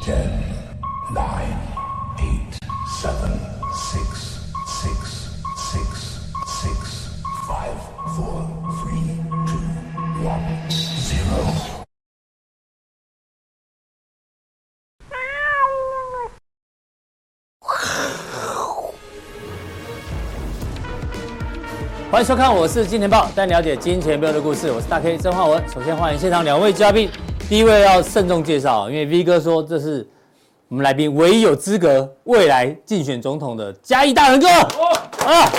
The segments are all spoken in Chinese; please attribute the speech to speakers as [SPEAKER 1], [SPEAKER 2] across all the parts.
[SPEAKER 1] ten, nine, eight, seven, six, six, six, six, five, four, three, two, one, zero.
[SPEAKER 2] 欢迎收看，我是金钱豹，带你了解金钱背后的故事。我是大 K 曾焕文。首先欢迎现场两位嘉宾，第一位要慎重介绍，因为 V 哥说这是我们来宾唯一有资格未来竞选总统的嘉义大仁哥。啊，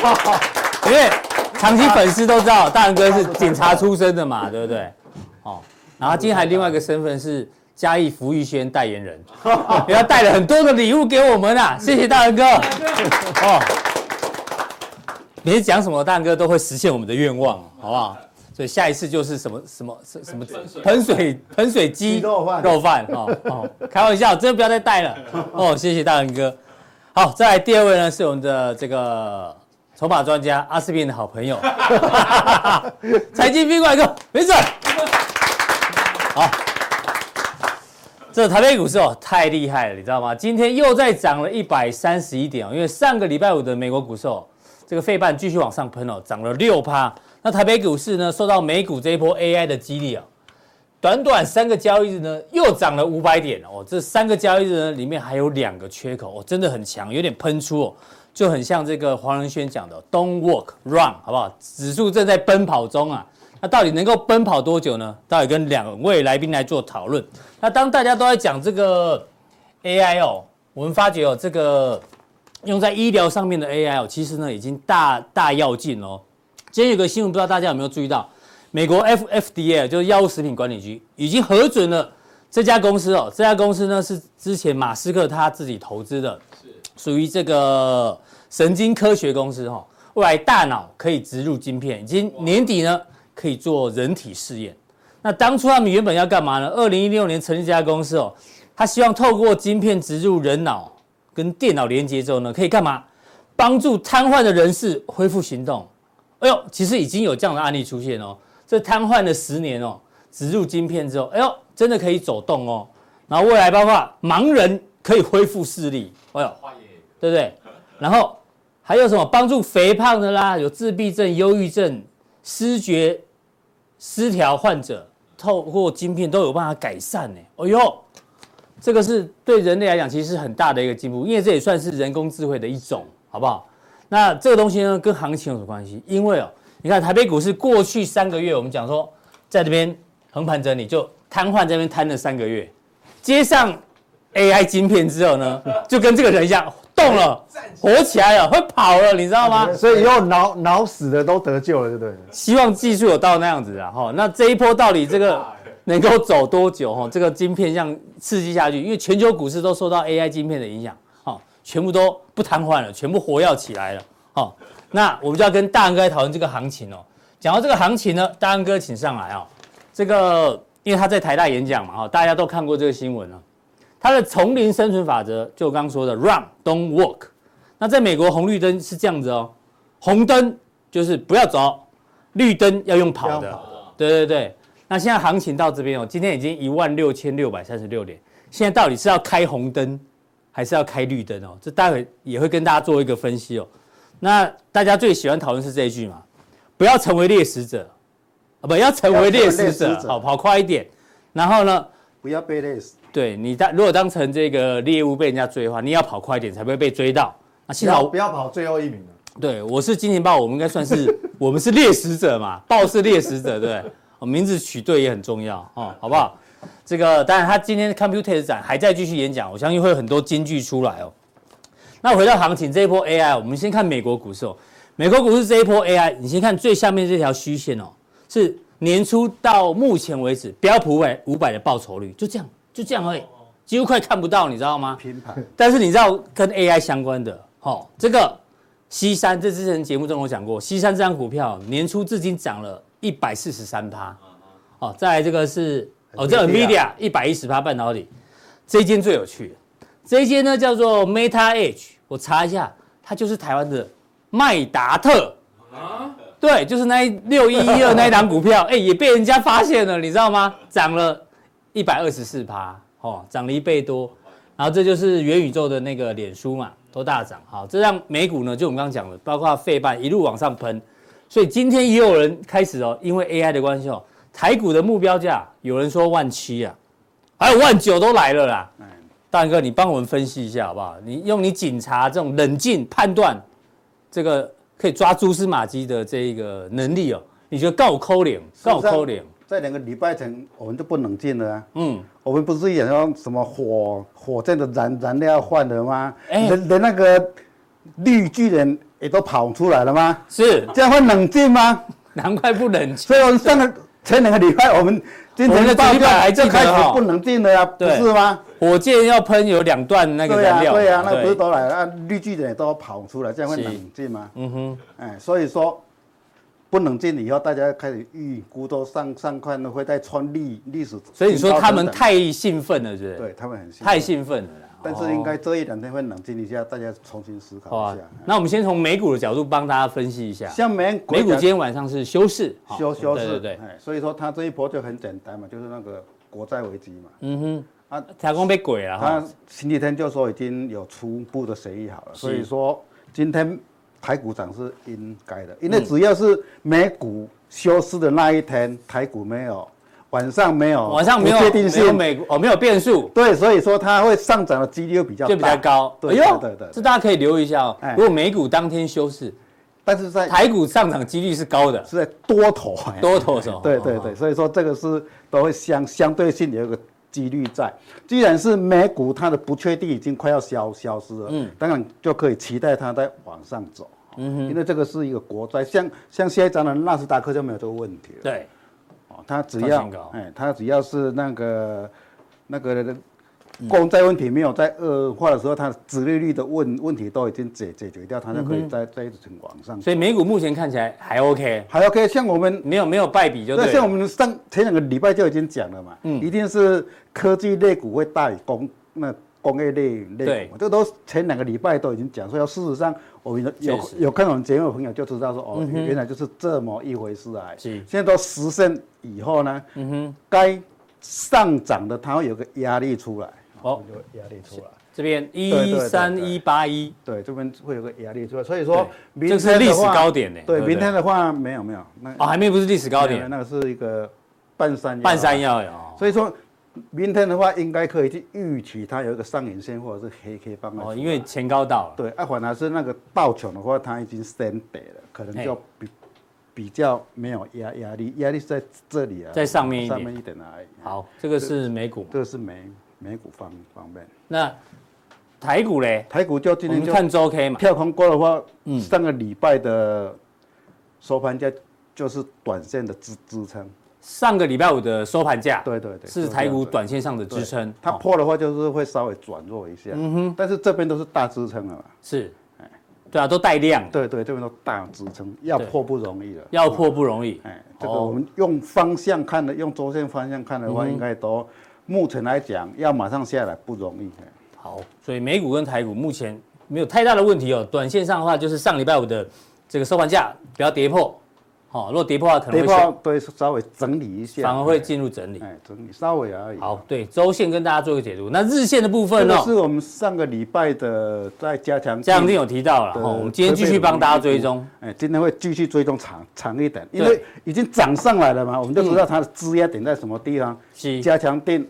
[SPEAKER 2] 因为长期粉丝都知道大仁哥是警察出身的嘛，对不对？哦，然后今天还另外一个身份是嘉义福裕轩代言人，也要带了很多的礼物给我们啊，谢谢大仁哥。哦。每次讲什么，大哥都会实现我们的愿望，好不好？所以下一次就是什么什么什什么喷水喷水鸡
[SPEAKER 3] 肉饭
[SPEAKER 2] 肉饭哦哦，开玩笑，真的不要再带了哦，谢谢大仁哥。好，再来第二位呢，是我们的这个筹码专家阿斯宾的好朋友， 财经宾怪哥，没事。好，这台北股市哦太厉害了，你知道吗？今天又再涨了一百三十一点哦，因为上个礼拜五的美国股市哦，这个费半继续往上喷哦，涨了六趴。那台北股市呢，受到美股这一波 AI 的激励啊、哦，短短三个交易日呢，又涨了五百点哦。这三个交易日呢，里面还有两个缺口哦，真的很强，有点喷出哦，就很像这个黄仁轩讲的 “Don't walk, run”，好不好？指数正在奔跑中啊。那到底能够奔跑多久呢？待会跟两位来宾来做讨论。那当大家都在讲这个 AI 哦，我们发觉哦，这个用在医疗上面的 AI 哦，其实呢已经大大要进哦。今天有个新闻，不知道大家有没有注意到，美国 F F D A 啊就是药物食品管理局已经核准了这家公司哦。这家公司呢是之前马斯克他自己投资的，属于这个神经科学公司哈、哦。未来大脑可以植入晶片，已经年底呢可以做人体试验。那当初他们原本要干嘛呢？二零一六年成立这家公司哦，他希望透过晶片植入人脑跟电脑连接之后呢，可以干嘛？帮助瘫痪的人士恢复行动。哎呦，其实已经有这样的案例出现哦。这瘫痪了十年哦，植入晶片之后，哎呦，真的可以走动哦。然后未来包括盲人可以恢复视力，哎呦，对不对？然后还有什么帮助肥胖的啦，有自闭症、忧郁症、失觉失调患者，透过晶片都有办法改善呢。哎呦，这个是对人类来讲其实是很大的一个进步，因为这也算是人工智慧的一种，好不好？那这个东西呢，跟行情有什么关系？因为哦，你看台北股市过去三个月，我们讲说在这边横盘整理，就瘫痪这边瘫了三个月，接上 AI 晶片之后呢，就跟这个人一样动 了，活起来了，会跑了，你知道吗？
[SPEAKER 3] 所以以后脑脑死的都得救了，对不对了？
[SPEAKER 2] 希望技术有到那样子啊，哈。那这一波到底这个能够走多久？哈，这个晶片像刺激下去，因为全球股市都受到 AI 晶片的影响，哈，全部都不瘫痪了，全部活跃起来了，哈。那我们就要跟大安哥来讨论这个行情哦。讲到这个行情呢，大安哥请上来哦。这个因为他在台大演讲嘛，哈，大家都看过这个新闻了。哦他的丛林生存法则，就我刚刚说的 “run don't walk”。那在美国红绿灯是这样子哦，红灯就是不要走，绿灯要用跑
[SPEAKER 3] 不
[SPEAKER 2] 的
[SPEAKER 3] 要跑。
[SPEAKER 2] 对对对。那现在行情到这边哦，今天已经一万六千六百三十六点，现在到底是要开红灯还是要开绿灯哦？这待会也会跟大家做一个分析哦。那大家最喜欢讨论是这一句嘛？不要成为猎食者，啊，不要成为猎食
[SPEAKER 3] 要成为
[SPEAKER 2] 者
[SPEAKER 3] 猎食，者
[SPEAKER 2] 好跑快一点。然后呢，
[SPEAKER 3] 不要被累死，
[SPEAKER 2] 对你当如果当成这个猎物被人家追的话，你也要跑快一点才不会被追到。那
[SPEAKER 3] 不
[SPEAKER 2] 幸
[SPEAKER 3] 要
[SPEAKER 2] 好
[SPEAKER 3] 不要跑最后
[SPEAKER 4] 啊
[SPEAKER 3] 一名了。
[SPEAKER 2] 对我是金钱豹，我们应该算是我们是猎食者嘛，豹是猎食者，对不对？哦，名字取对也很重要哦，好不好？这个当然，他今天 Computer 展还在继续演讲，我相信会有很多金句出来哦。那回到行情这一波 AI，我们先看美国股市哦。美国股市这一波 AI，你先看最下面这条虚线哦，是年初到目前为止标普五百五百的报酬率，就这样，就这样而已，几乎快看不到，你知道吗？
[SPEAKER 3] 拼 盘，
[SPEAKER 2] 但是你知道跟 AI 相关的，哦，这个西山，这之前节目中我讲过，西山这张股票年初至今涨了一百四十三趴，哦，再来这个是哦，这 NVIDIA 一百一十趴半导体，这一间最有趣，这一间呢叫做 Meta Edge，我查一下，它就是台湾的麦达特。对，就是那六一一二那一档股票，哎、也被人家发现了，你知道吗？涨了一百二十四趴，哦，涨了一倍多。然后这就是元宇宙的那个脸书嘛，都大涨。好，这让美股呢，就我们刚刚讲的，包括费半一路往上喷。所以今天也有人开始哦，因为 AI 的关系哦，台股的目标价有人说万七啊，还有万九都来了啦。大哥，你帮我们分析一下好不好？你用你警察这种冷静判断，这个可以抓蛛丝马迹的这一个能力哦，你觉得告我抠脸，告我抠脸，
[SPEAKER 4] 在两个礼拜前，我们就不冷静了啊！
[SPEAKER 2] 嗯，
[SPEAKER 4] 我们不是也用什么火火箭的燃燃料换的吗？
[SPEAKER 2] 哎
[SPEAKER 4] 连连那个绿巨人也都跑出来了吗？
[SPEAKER 2] 是，啊
[SPEAKER 4] 这样会冷静吗？
[SPEAKER 2] 难怪不冷静。
[SPEAKER 4] 所以我们上个前两个礼拜，我们今
[SPEAKER 2] 我
[SPEAKER 4] 天
[SPEAKER 2] 们的
[SPEAKER 4] 的报
[SPEAKER 2] 主力
[SPEAKER 4] 告
[SPEAKER 2] 板还记
[SPEAKER 4] 就
[SPEAKER 2] 得
[SPEAKER 4] 开始
[SPEAKER 2] 哈
[SPEAKER 4] 不冷静了呀、啊不
[SPEAKER 2] 对
[SPEAKER 4] 是吗？
[SPEAKER 2] 火箭要喷有两段那个
[SPEAKER 4] 对
[SPEAKER 2] 燃
[SPEAKER 4] 呀，
[SPEAKER 2] 料嘛，
[SPEAKER 4] 对呀，那不是
[SPEAKER 2] 对
[SPEAKER 4] 都来了？啊绿巨人也都跑出来，这样会
[SPEAKER 2] 是
[SPEAKER 4] 冷静吗？
[SPEAKER 2] 嗯哼，
[SPEAKER 4] 哎，所以说不冷静以后，大家开始预估都上上看会再创历历史新高等等，
[SPEAKER 2] 所以你说他们太兴奋了，是不是？
[SPEAKER 4] 对他们很兴奋
[SPEAKER 2] 太兴奋了啦。
[SPEAKER 4] 但是应该这一两天会冷静一下，大家重新思
[SPEAKER 2] 好
[SPEAKER 4] 考
[SPEAKER 2] 啊
[SPEAKER 4] 一下。，
[SPEAKER 2] 那我们先从美股的角度帮大家分析一下。
[SPEAKER 4] 像美股
[SPEAKER 2] 美股今天晚上是休市，好
[SPEAKER 4] 修修饰，
[SPEAKER 2] 对对对，
[SPEAKER 4] 哎，所以说它这一波就很简单嘛，就是那个国债危机嘛。
[SPEAKER 2] 嗯哼，啊
[SPEAKER 4] 啊，
[SPEAKER 2] 台光被鬼了
[SPEAKER 4] 它
[SPEAKER 2] 哈，
[SPEAKER 4] 星期天就说已经有初步的协议好了，所以说今天台股涨是应该
[SPEAKER 2] 嗯
[SPEAKER 4] 的，因为只要是美股休市的那一天，台股没有晚上没有
[SPEAKER 2] 晚上没有
[SPEAKER 4] 哦不确定
[SPEAKER 2] 没有
[SPEAKER 4] 性，
[SPEAKER 2] 美股哦没有变数，
[SPEAKER 4] 对，所以说它会上涨的几率又比较
[SPEAKER 2] 就比较
[SPEAKER 4] 大
[SPEAKER 2] 高。哎
[SPEAKER 4] 对
[SPEAKER 2] 呦
[SPEAKER 4] 对对对
[SPEAKER 2] 这
[SPEAKER 4] 对，
[SPEAKER 2] 大家可以留意一下哦
[SPEAKER 4] 哎。
[SPEAKER 2] 如果美股当天休市，
[SPEAKER 4] 但是在
[SPEAKER 2] 台股上涨几率是高的，
[SPEAKER 4] 是在多头哎
[SPEAKER 2] 多头手。哦
[SPEAKER 4] 对对对，所以说这个是都会相相对性有一个几率在。既然是美股，它的不确定已经快要消消失了，嗯，当然就可以期待它在往上走。嗯因为这个是一个国债，像像现在咱的纳斯达克就没有这个问题了。
[SPEAKER 2] 对，
[SPEAKER 4] 哦，它只
[SPEAKER 2] 创
[SPEAKER 4] 要
[SPEAKER 2] 新高
[SPEAKER 4] 哎，它只要是那个那个
[SPEAKER 2] 嗯
[SPEAKER 4] 公债问题没有在恶化的时候，它的殖利率的问问题都已经解解决掉，它就可以再再一直往上走。
[SPEAKER 2] 嗯所以美股目前看起来还 OK，
[SPEAKER 4] 还 OK，像我们
[SPEAKER 2] 没有没有败笔就对嗯
[SPEAKER 4] 那
[SPEAKER 2] 了。
[SPEAKER 4] 像我们上前两个礼拜就已经讲了嘛，一定是科技类股会大于工那工业类类
[SPEAKER 2] 对
[SPEAKER 4] 股嘛，这都前两个礼拜都已经讲，所以事实上我们有
[SPEAKER 2] 确实嗯
[SPEAKER 4] 有看我们节目的朋友就知道说，哦，原来就是这么一回事啊。
[SPEAKER 2] 是
[SPEAKER 4] 现在都实现以后呢，嗯哼，该上涨的它会有个压力出来，
[SPEAKER 2] 哦，
[SPEAKER 4] 有压力出来。
[SPEAKER 2] 这边
[SPEAKER 4] 对
[SPEAKER 2] 一
[SPEAKER 4] 对
[SPEAKER 2] 三一八一，
[SPEAKER 4] 对，这边会有个压力出来，所以说明
[SPEAKER 2] 这
[SPEAKER 4] 天
[SPEAKER 2] 是历史
[SPEAKER 4] 的话
[SPEAKER 2] 高点呢对
[SPEAKER 4] 对，
[SPEAKER 2] 不对
[SPEAKER 4] 明天的话没有没有，那
[SPEAKER 2] 哦，还没不是历史高
[SPEAKER 4] 没有
[SPEAKER 2] 点，
[SPEAKER 4] 那个是一个半山腰
[SPEAKER 2] 半山腰哦。
[SPEAKER 4] 所以说，明天的话应该可以去预期它有一个上影线或者是黑 K 棒的出来
[SPEAKER 2] 哦，因为前高到了，
[SPEAKER 4] 对，啊，反而是那个道琼的话，它已经升跌了，可能就
[SPEAKER 2] 嘿
[SPEAKER 4] 比比较没有压压力，压力是在这里啊，
[SPEAKER 2] 在上面一点
[SPEAKER 4] 上面一点而已。，
[SPEAKER 2] 好，这个是美股。
[SPEAKER 4] 这个是美美股方方面，
[SPEAKER 2] 那台股嘞，
[SPEAKER 4] 台股就今
[SPEAKER 2] 我
[SPEAKER 4] 天
[SPEAKER 2] 们
[SPEAKER 4] 就
[SPEAKER 2] 看周 K 嘛，
[SPEAKER 4] 跳空过的话，
[SPEAKER 2] 嗯
[SPEAKER 4] 上个礼拜的收盘价就是短线的支支撑，
[SPEAKER 2] 上个礼拜五的收盘价，
[SPEAKER 4] 对对对，
[SPEAKER 2] 是
[SPEAKER 4] 就
[SPEAKER 2] 台
[SPEAKER 4] 这样
[SPEAKER 2] 股
[SPEAKER 4] 子
[SPEAKER 2] 短线上的支撑，
[SPEAKER 4] 它
[SPEAKER 2] 哦
[SPEAKER 4] 破的话就是会稍微转弱一下，嗯哼，但是这边都是大支撑了嘛，
[SPEAKER 2] 是，对啊，都带量，
[SPEAKER 4] 对对，这边都大支撑，要
[SPEAKER 2] 对
[SPEAKER 4] 破不容易了。
[SPEAKER 2] 要破不容易，
[SPEAKER 4] 哎，这个我们用方向看的，用周线方向看的话，应该都目前来讲要马上下来不容易。哎
[SPEAKER 2] 好，所以美股跟台股目前没有太大的问题哦。短线上的话，就是上礼拜五的这个收盘价不要跌破，好、如果跌破的话可能
[SPEAKER 4] 跌
[SPEAKER 2] 会
[SPEAKER 4] 破啊对，稍微整理一下，
[SPEAKER 2] 反而会进入整理。
[SPEAKER 4] 哎整理稍微而已。
[SPEAKER 2] 好，，对周线跟大家做个解读。那日线的部
[SPEAKER 4] 这
[SPEAKER 2] 分
[SPEAKER 4] 个
[SPEAKER 2] 哦
[SPEAKER 4] 是，我们上个礼拜的在加强
[SPEAKER 2] 嘉阳定
[SPEAKER 4] 定
[SPEAKER 2] 有提到了，
[SPEAKER 4] 的
[SPEAKER 2] 哦，我们今天继续帮大家追踪。。
[SPEAKER 4] 哎，今天会继续追踪长长一点，因
[SPEAKER 2] 对嗯
[SPEAKER 4] 为已经涨上来了嘛，我们就知道它的支压点在什么地方。
[SPEAKER 2] 是
[SPEAKER 4] 加强定，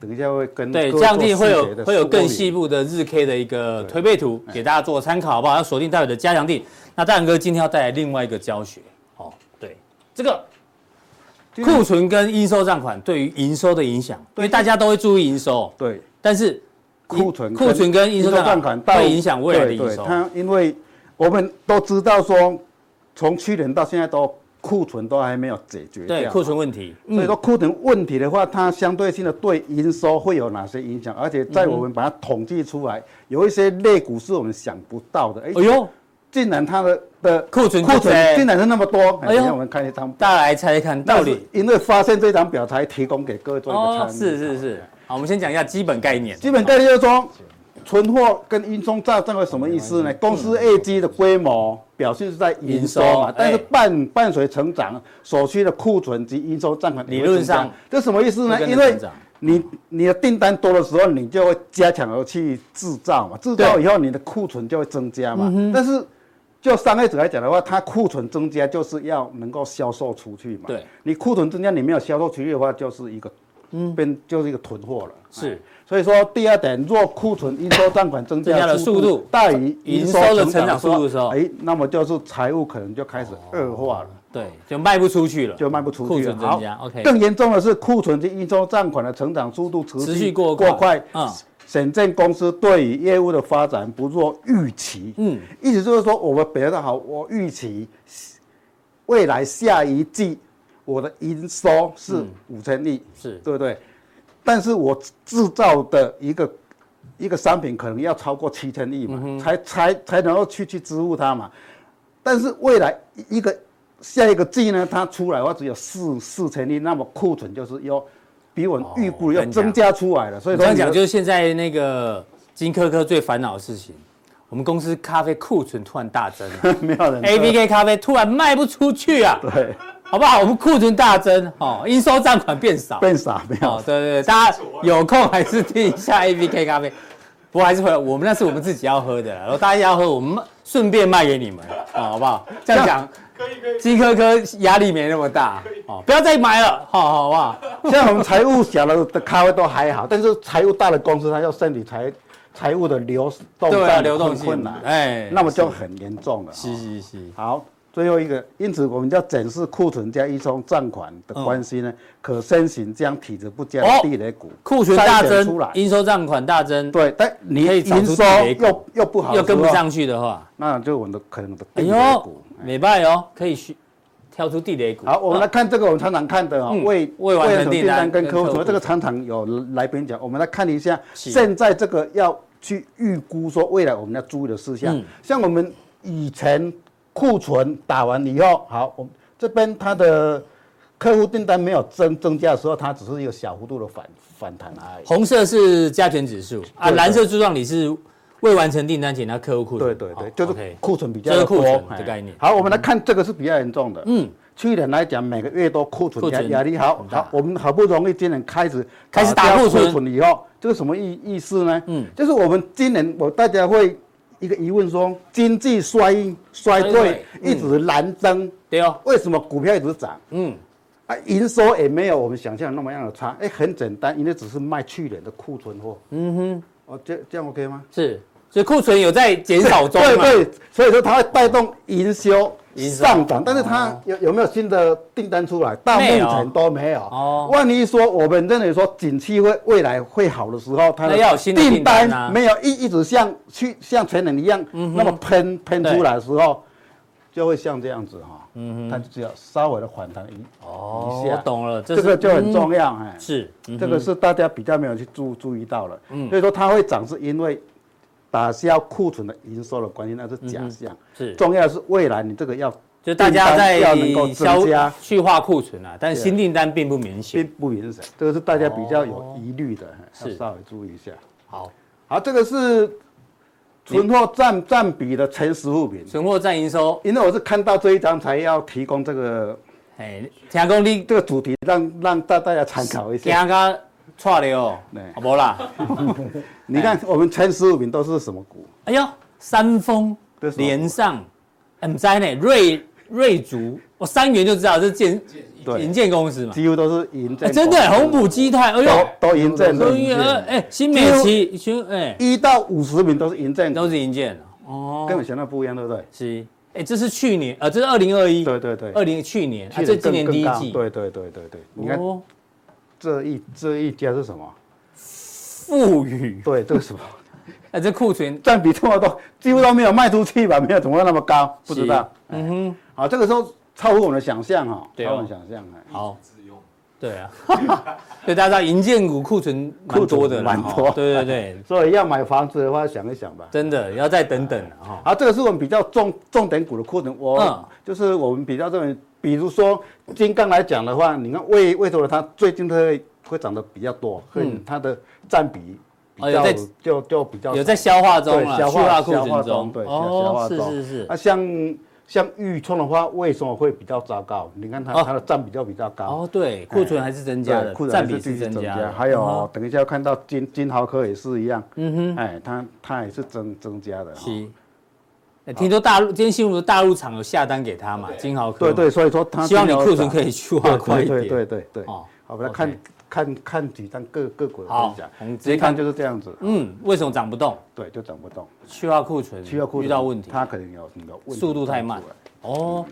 [SPEAKER 4] 等一下会跟
[SPEAKER 2] 对，这
[SPEAKER 4] 各位
[SPEAKER 2] 样
[SPEAKER 4] 做
[SPEAKER 2] 定会
[SPEAKER 4] 细
[SPEAKER 2] 有
[SPEAKER 4] 节的
[SPEAKER 2] 会有
[SPEAKER 4] 梳
[SPEAKER 2] 更
[SPEAKER 4] 理
[SPEAKER 2] 细部的日 K 的一个推背图给大家做参考，好不好？要锁定待会的加强定。那大然哥今天要带来另外一个教学，哦，对，这个
[SPEAKER 4] 嗯
[SPEAKER 2] 库存跟应收账款对于营收的影响，因为大家都会注意营收，
[SPEAKER 4] 对
[SPEAKER 2] 但是
[SPEAKER 4] 库存
[SPEAKER 2] 库存跟应收账款
[SPEAKER 4] 到
[SPEAKER 2] 会影响未来的营
[SPEAKER 4] 对
[SPEAKER 2] 收
[SPEAKER 4] 对，它因为我们都知道说，从去年到现在都库存都还没有解决掉
[SPEAKER 2] 对
[SPEAKER 4] 嘛
[SPEAKER 2] 库存问嗯题，
[SPEAKER 4] 所以说库存问题的话，它相对性的对营收会有哪些影响？而且在我们把它统计出来，有一些类股是我们想不到的。哎
[SPEAKER 2] 哎呦，
[SPEAKER 4] 竟然它的的
[SPEAKER 2] 库存
[SPEAKER 4] 库
[SPEAKER 2] 就在
[SPEAKER 4] 存竟然是那么多。哎
[SPEAKER 2] 哎呦
[SPEAKER 4] 等一下我们看一张表，
[SPEAKER 2] 大家来猜猜看，到底
[SPEAKER 4] 那是因为发现这张表才提供给各位做一个参
[SPEAKER 2] 哦
[SPEAKER 4] 考。，
[SPEAKER 2] 是是是，好，我们先讲一下基本概念，
[SPEAKER 4] 基本概念就是说，存货跟应收账账有什么意思
[SPEAKER 2] 嗯
[SPEAKER 4] 呢？公司业绩的规模表现是在营收
[SPEAKER 2] 营收
[SPEAKER 4] 嘛
[SPEAKER 2] 哎，
[SPEAKER 4] 但是伴伴随成长所需的库存及应收账款也
[SPEAKER 2] 理
[SPEAKER 4] 会
[SPEAKER 2] 论上
[SPEAKER 4] 增加这什么意思
[SPEAKER 2] 会
[SPEAKER 4] 呢？
[SPEAKER 2] 跟着
[SPEAKER 4] 因为
[SPEAKER 2] 成长
[SPEAKER 4] 你你的订单多的时候，你就会加强而去制造嘛，制造
[SPEAKER 2] 对
[SPEAKER 4] 以后你的库存就会增加
[SPEAKER 2] 嗯
[SPEAKER 4] 嘛。但是就商业者来讲的话，它库存增加就是要能够销售出去嘛。
[SPEAKER 2] 对，
[SPEAKER 4] 你库存增加，你没有销售出去的话，就是一个嗯，变就是一个囤货了。
[SPEAKER 2] 是
[SPEAKER 4] 哎所以说第二点，若库存应收账款增
[SPEAKER 2] 增加
[SPEAKER 4] 加
[SPEAKER 2] 的
[SPEAKER 4] 的
[SPEAKER 2] 速
[SPEAKER 4] 速
[SPEAKER 2] 度
[SPEAKER 4] 度大于
[SPEAKER 2] 营
[SPEAKER 4] 营
[SPEAKER 2] 收
[SPEAKER 4] 收
[SPEAKER 2] 的成
[SPEAKER 4] 成
[SPEAKER 2] 长
[SPEAKER 4] 长
[SPEAKER 2] 速度的时候
[SPEAKER 4] 哎，那么就是财务可能就开始恶化了。
[SPEAKER 2] 对，就卖不出去了，
[SPEAKER 4] 就卖不出
[SPEAKER 2] 库
[SPEAKER 4] 去了。
[SPEAKER 2] 存增加
[SPEAKER 4] 好
[SPEAKER 2] ，OK，
[SPEAKER 4] 更严重的是库存及应收账款的成长速度持
[SPEAKER 2] 持
[SPEAKER 4] 续
[SPEAKER 2] 续过快
[SPEAKER 4] 快，
[SPEAKER 2] 嗯
[SPEAKER 4] 深圳公司对于业务的发展不若预期。
[SPEAKER 2] 嗯
[SPEAKER 4] 嗯，意思就是说，我们表现得好，我预期未来下一季我的营收是五千亿，
[SPEAKER 2] 嗯是
[SPEAKER 4] 对不对？但是我制造的一个一个商品可能要超过七千亿
[SPEAKER 2] 嗯
[SPEAKER 4] 嘛，才才才能够去去支付它嘛。但是未来一个下一个季呢，它出来的话只有四四千亿，那么库存就是要比我们预估要
[SPEAKER 2] 更加
[SPEAKER 4] 增加出来了。所以
[SPEAKER 2] 我这
[SPEAKER 4] 说
[SPEAKER 2] 样
[SPEAKER 4] 你的
[SPEAKER 2] 讲，就是现在那个金科科最烦恼的事情，我们公司咖啡库存突然大增、 啊
[SPEAKER 4] 没有人
[SPEAKER 2] ，A B K 咖啡突然卖不出去 啊，
[SPEAKER 4] 对
[SPEAKER 2] 好不好？我们库存大增，哦，应收账款变少，
[SPEAKER 4] 变傻没有
[SPEAKER 2] 哦，对对对，大家有空还是听一下 A B K 咖啡。不过还是回来，我们那是我们自己要喝的啦，然后大家要喝，我们顺便卖给你们，哦，好不好？这样讲，
[SPEAKER 5] 可以可以，
[SPEAKER 2] 金科科压力没那么大，哦，不要再买了，好、好不好？
[SPEAKER 4] 像我们财务小的的咖啡都还好，但是财务大的公司，它要身体财财务的流动
[SPEAKER 2] 对啊
[SPEAKER 4] 上
[SPEAKER 2] 流动性
[SPEAKER 4] 困难，
[SPEAKER 2] 哎
[SPEAKER 4] 哎，那么就很严重了。哦
[SPEAKER 2] 嘻嘻嘻，
[SPEAKER 4] 好，最后一个，因此我们要检视库存加一收账款的关系呢，可申请将体质不佳的地雷股
[SPEAKER 2] 嗯哦库存大
[SPEAKER 4] 筛选出
[SPEAKER 2] 增，
[SPEAKER 4] 来。
[SPEAKER 2] 应收账款大增，
[SPEAKER 4] 对，但你
[SPEAKER 2] 可以找出
[SPEAKER 4] 营收
[SPEAKER 2] 地雷股
[SPEAKER 4] 又又不好，
[SPEAKER 2] 又跟不，上去的话，
[SPEAKER 4] 那就我们的可能的
[SPEAKER 2] 哎
[SPEAKER 4] 地雷
[SPEAKER 2] 呦
[SPEAKER 4] 股。，
[SPEAKER 2] 美拜哦，可以去挑出地雷股。
[SPEAKER 4] 好，我们来看这个，我们常常看的啊、
[SPEAKER 2] 嗯
[SPEAKER 4] 为
[SPEAKER 2] 未完成
[SPEAKER 4] 成
[SPEAKER 2] 订
[SPEAKER 4] 订
[SPEAKER 2] 单
[SPEAKER 4] 单跟
[SPEAKER 2] 跟
[SPEAKER 4] 客户
[SPEAKER 2] 客户
[SPEAKER 4] 说，这个常常有来宾讲，我们来看一下，
[SPEAKER 2] 是
[SPEAKER 4] 现在这个要去预估说未来我们要注意的事项，
[SPEAKER 2] 嗯
[SPEAKER 4] 像我们以前库存打完以后，好，我们这边它的客户订单没有增增加的时候，它只是一个小幅度的反反弹而已。
[SPEAKER 2] 红色是加权指数啊，
[SPEAKER 4] 对对
[SPEAKER 2] 蓝色柱状体是未完成订单前的客户库
[SPEAKER 4] 对
[SPEAKER 2] 存。
[SPEAKER 4] 对对
[SPEAKER 2] 好，
[SPEAKER 4] 就是
[SPEAKER 2] ，OK
[SPEAKER 4] 库存比
[SPEAKER 2] 这
[SPEAKER 4] 较
[SPEAKER 2] 是库
[SPEAKER 4] 多
[SPEAKER 2] 存
[SPEAKER 4] 哎
[SPEAKER 2] 的概念
[SPEAKER 4] 好，我们来看这个是比较严重的。
[SPEAKER 2] 嗯
[SPEAKER 4] 嗯，去年来讲，每个月都库存
[SPEAKER 2] 库
[SPEAKER 4] 压
[SPEAKER 2] 存
[SPEAKER 4] 压力好
[SPEAKER 2] 很，大
[SPEAKER 4] 好，我们好不容易今年开始
[SPEAKER 2] 开始打
[SPEAKER 4] 掉
[SPEAKER 2] 库存
[SPEAKER 4] 库存以后，这个什么意意思呢？
[SPEAKER 2] 嗯
[SPEAKER 4] 嗯，就是我们今年我大家会一个疑问说，经济衰衰
[SPEAKER 2] 衰
[SPEAKER 4] 退
[SPEAKER 2] 退嗯
[SPEAKER 4] 一直蓝增，
[SPEAKER 2] 对哦，
[SPEAKER 4] 为什么股票一直涨？
[SPEAKER 2] 嗯，
[SPEAKER 4] 啊，营收也没有我们想象那么样的差。哎，很简单，因为只是卖去年的库存货。嗯哼，哦，这这样 OK 吗？
[SPEAKER 2] 是，所以库存有在减少中啊
[SPEAKER 4] 对
[SPEAKER 2] 嘛？
[SPEAKER 4] 对，所以说它会带动营收
[SPEAKER 2] 营收
[SPEAKER 4] 上涨，但是它有有没有新的订单出来？到目
[SPEAKER 2] 没有
[SPEAKER 4] 前都没有。
[SPEAKER 2] 哦
[SPEAKER 4] 万一说我们认为说景气会未来会好的时候，它
[SPEAKER 2] 那要有新的订
[SPEAKER 4] 订
[SPEAKER 2] 单啊嗯
[SPEAKER 4] 单没有一一直像去像前年一样那么喷喷出来的时候，就会像这样子哈，
[SPEAKER 2] 嗯
[SPEAKER 4] 它只有稍微的缓弹一
[SPEAKER 2] 哦，
[SPEAKER 4] 一下
[SPEAKER 2] 我懂了，这
[SPEAKER 4] 这个
[SPEAKER 2] 是嗯
[SPEAKER 4] 就很重要哎。
[SPEAKER 2] 是，嗯
[SPEAKER 4] 这个是大家比较没有去注注意到了。所以说它会涨是因为打消库存的营收的关系，那是假象。
[SPEAKER 2] 嗯是
[SPEAKER 4] 重要的是未来你这个要
[SPEAKER 2] 就大家在
[SPEAKER 4] 订单要能够增
[SPEAKER 2] 消
[SPEAKER 4] 加，
[SPEAKER 2] 去化库存啊，但新订单并不明
[SPEAKER 4] 并
[SPEAKER 2] 显。
[SPEAKER 4] 不影响，这个是大家比较有疑虑的，
[SPEAKER 2] 哦是
[SPEAKER 4] 要稍微注意一下。
[SPEAKER 2] 好，
[SPEAKER 4] 好，这个是存货占占比的前十物品，
[SPEAKER 2] 存货占营收，
[SPEAKER 4] 因为我是看到这一张才要提供这个
[SPEAKER 2] 哎，听讲你
[SPEAKER 4] 这个主题，让让大大家参考一
[SPEAKER 2] 听
[SPEAKER 4] 下。
[SPEAKER 2] 个错了哦
[SPEAKER 4] 对，
[SPEAKER 2] 好不啦？
[SPEAKER 4] 你看我们前十物品都是什么股？
[SPEAKER 2] 哎呦，三峰
[SPEAKER 4] 这是什么
[SPEAKER 2] 连上，哎，不知道呢，瑞瑞竹，我三元就知道这是建
[SPEAKER 4] 对
[SPEAKER 2] 银建公司嘛，
[SPEAKER 4] 几乎都是银
[SPEAKER 2] 哎
[SPEAKER 4] 证、
[SPEAKER 2] 真的红埔基泰，哎
[SPEAKER 4] 都
[SPEAKER 2] 呦，
[SPEAKER 4] 都银证
[SPEAKER 2] 都
[SPEAKER 4] 的，
[SPEAKER 2] 银呃哎新美琪，新哎
[SPEAKER 4] 一到五十名都是银证，
[SPEAKER 2] 都是银建哦，
[SPEAKER 4] 跟我想象不一样，对不对？
[SPEAKER 2] 是哎这是去年呃这是二零二一，
[SPEAKER 4] 对对对
[SPEAKER 2] 二零去年，啊
[SPEAKER 4] 去
[SPEAKER 2] 这今
[SPEAKER 4] 年
[SPEAKER 2] 年
[SPEAKER 4] 更
[SPEAKER 2] 第一
[SPEAKER 4] 更高
[SPEAKER 2] 季，
[SPEAKER 4] 对对对对对，你看
[SPEAKER 2] 哦，
[SPEAKER 4] 这一这一家是什么？
[SPEAKER 2] 富裕，
[SPEAKER 4] 对，这个什么
[SPEAKER 2] 哎这库存
[SPEAKER 4] 占比这么多，几乎都没有卖出去吧？没有，怎么会那么高？不知道。嗯哼，好，这个时候超乎我们的想象哈，
[SPEAKER 2] 对哦
[SPEAKER 4] 超乎我们想象哎。
[SPEAKER 2] 好。
[SPEAKER 5] 自用。
[SPEAKER 2] 对啊， 对大家知道银建股库存蛮多的啦，
[SPEAKER 4] 库存蛮多
[SPEAKER 2] 哦对对对，
[SPEAKER 4] 所以要买房子的话，想一想吧。
[SPEAKER 2] 真的要再等啊等了哈。
[SPEAKER 4] 好，啊这个是我们比较重重点股的库存，我、
[SPEAKER 2] 哦嗯
[SPEAKER 4] 就是我们比较认为，比如说金刚来讲的话，你看为为什么它最近它会会涨得比较多，嗯，它的占比
[SPEAKER 2] 哦有
[SPEAKER 4] 比较、
[SPEAKER 2] 在
[SPEAKER 4] 就就比较少
[SPEAKER 2] 哦有在消化中
[SPEAKER 4] 对
[SPEAKER 2] 了，
[SPEAKER 4] 消
[SPEAKER 2] 去化
[SPEAKER 4] 化
[SPEAKER 2] 库
[SPEAKER 4] 消化
[SPEAKER 2] 存
[SPEAKER 4] 中，
[SPEAKER 2] 中，
[SPEAKER 4] 对消消
[SPEAKER 2] 哦
[SPEAKER 4] 化，
[SPEAKER 2] 是
[SPEAKER 4] 中，
[SPEAKER 2] 是是
[SPEAKER 4] 啊，，像像豫创的话，为什么会比较糟糕？你看它、
[SPEAKER 2] 哦
[SPEAKER 4] 它的占比就比较高。
[SPEAKER 2] 哦，对，库存还是增加
[SPEAKER 4] 对
[SPEAKER 2] 的
[SPEAKER 4] 库，存
[SPEAKER 2] 占
[SPEAKER 4] 还
[SPEAKER 2] 比
[SPEAKER 4] 继
[SPEAKER 2] 是
[SPEAKER 4] 续
[SPEAKER 2] 增加的。
[SPEAKER 4] 还
[SPEAKER 2] 嗯
[SPEAKER 4] 有
[SPEAKER 2] 哼
[SPEAKER 4] 等一下看到金金豪科也是一样，嗯哼，哎，它它也是增增加的，哈
[SPEAKER 2] 是，哎听说大陆今天新闻说大陆厂有下单给他嘛，金豪科
[SPEAKER 4] 对
[SPEAKER 2] 嘛，
[SPEAKER 4] 对，所以说它
[SPEAKER 2] 希望你
[SPEAKER 4] 金豪
[SPEAKER 2] 库存可以去化
[SPEAKER 4] 对
[SPEAKER 2] 快一点
[SPEAKER 4] 对对对对，
[SPEAKER 2] 哦
[SPEAKER 4] 好，我们来
[SPEAKER 2] OK
[SPEAKER 4] 看看看几张各各国的
[SPEAKER 2] 好
[SPEAKER 4] 分享
[SPEAKER 2] 我们，直
[SPEAKER 4] 直
[SPEAKER 2] 接
[SPEAKER 4] 接
[SPEAKER 2] 看
[SPEAKER 4] 看就是这样子，
[SPEAKER 2] 嗯，为什么涨不动？
[SPEAKER 4] 对，就涨不动，
[SPEAKER 2] 去化库存，
[SPEAKER 4] 需要库存
[SPEAKER 2] 遇到问题，
[SPEAKER 4] 它可能有有问题
[SPEAKER 2] 速度太慢
[SPEAKER 4] 出来。
[SPEAKER 2] 哦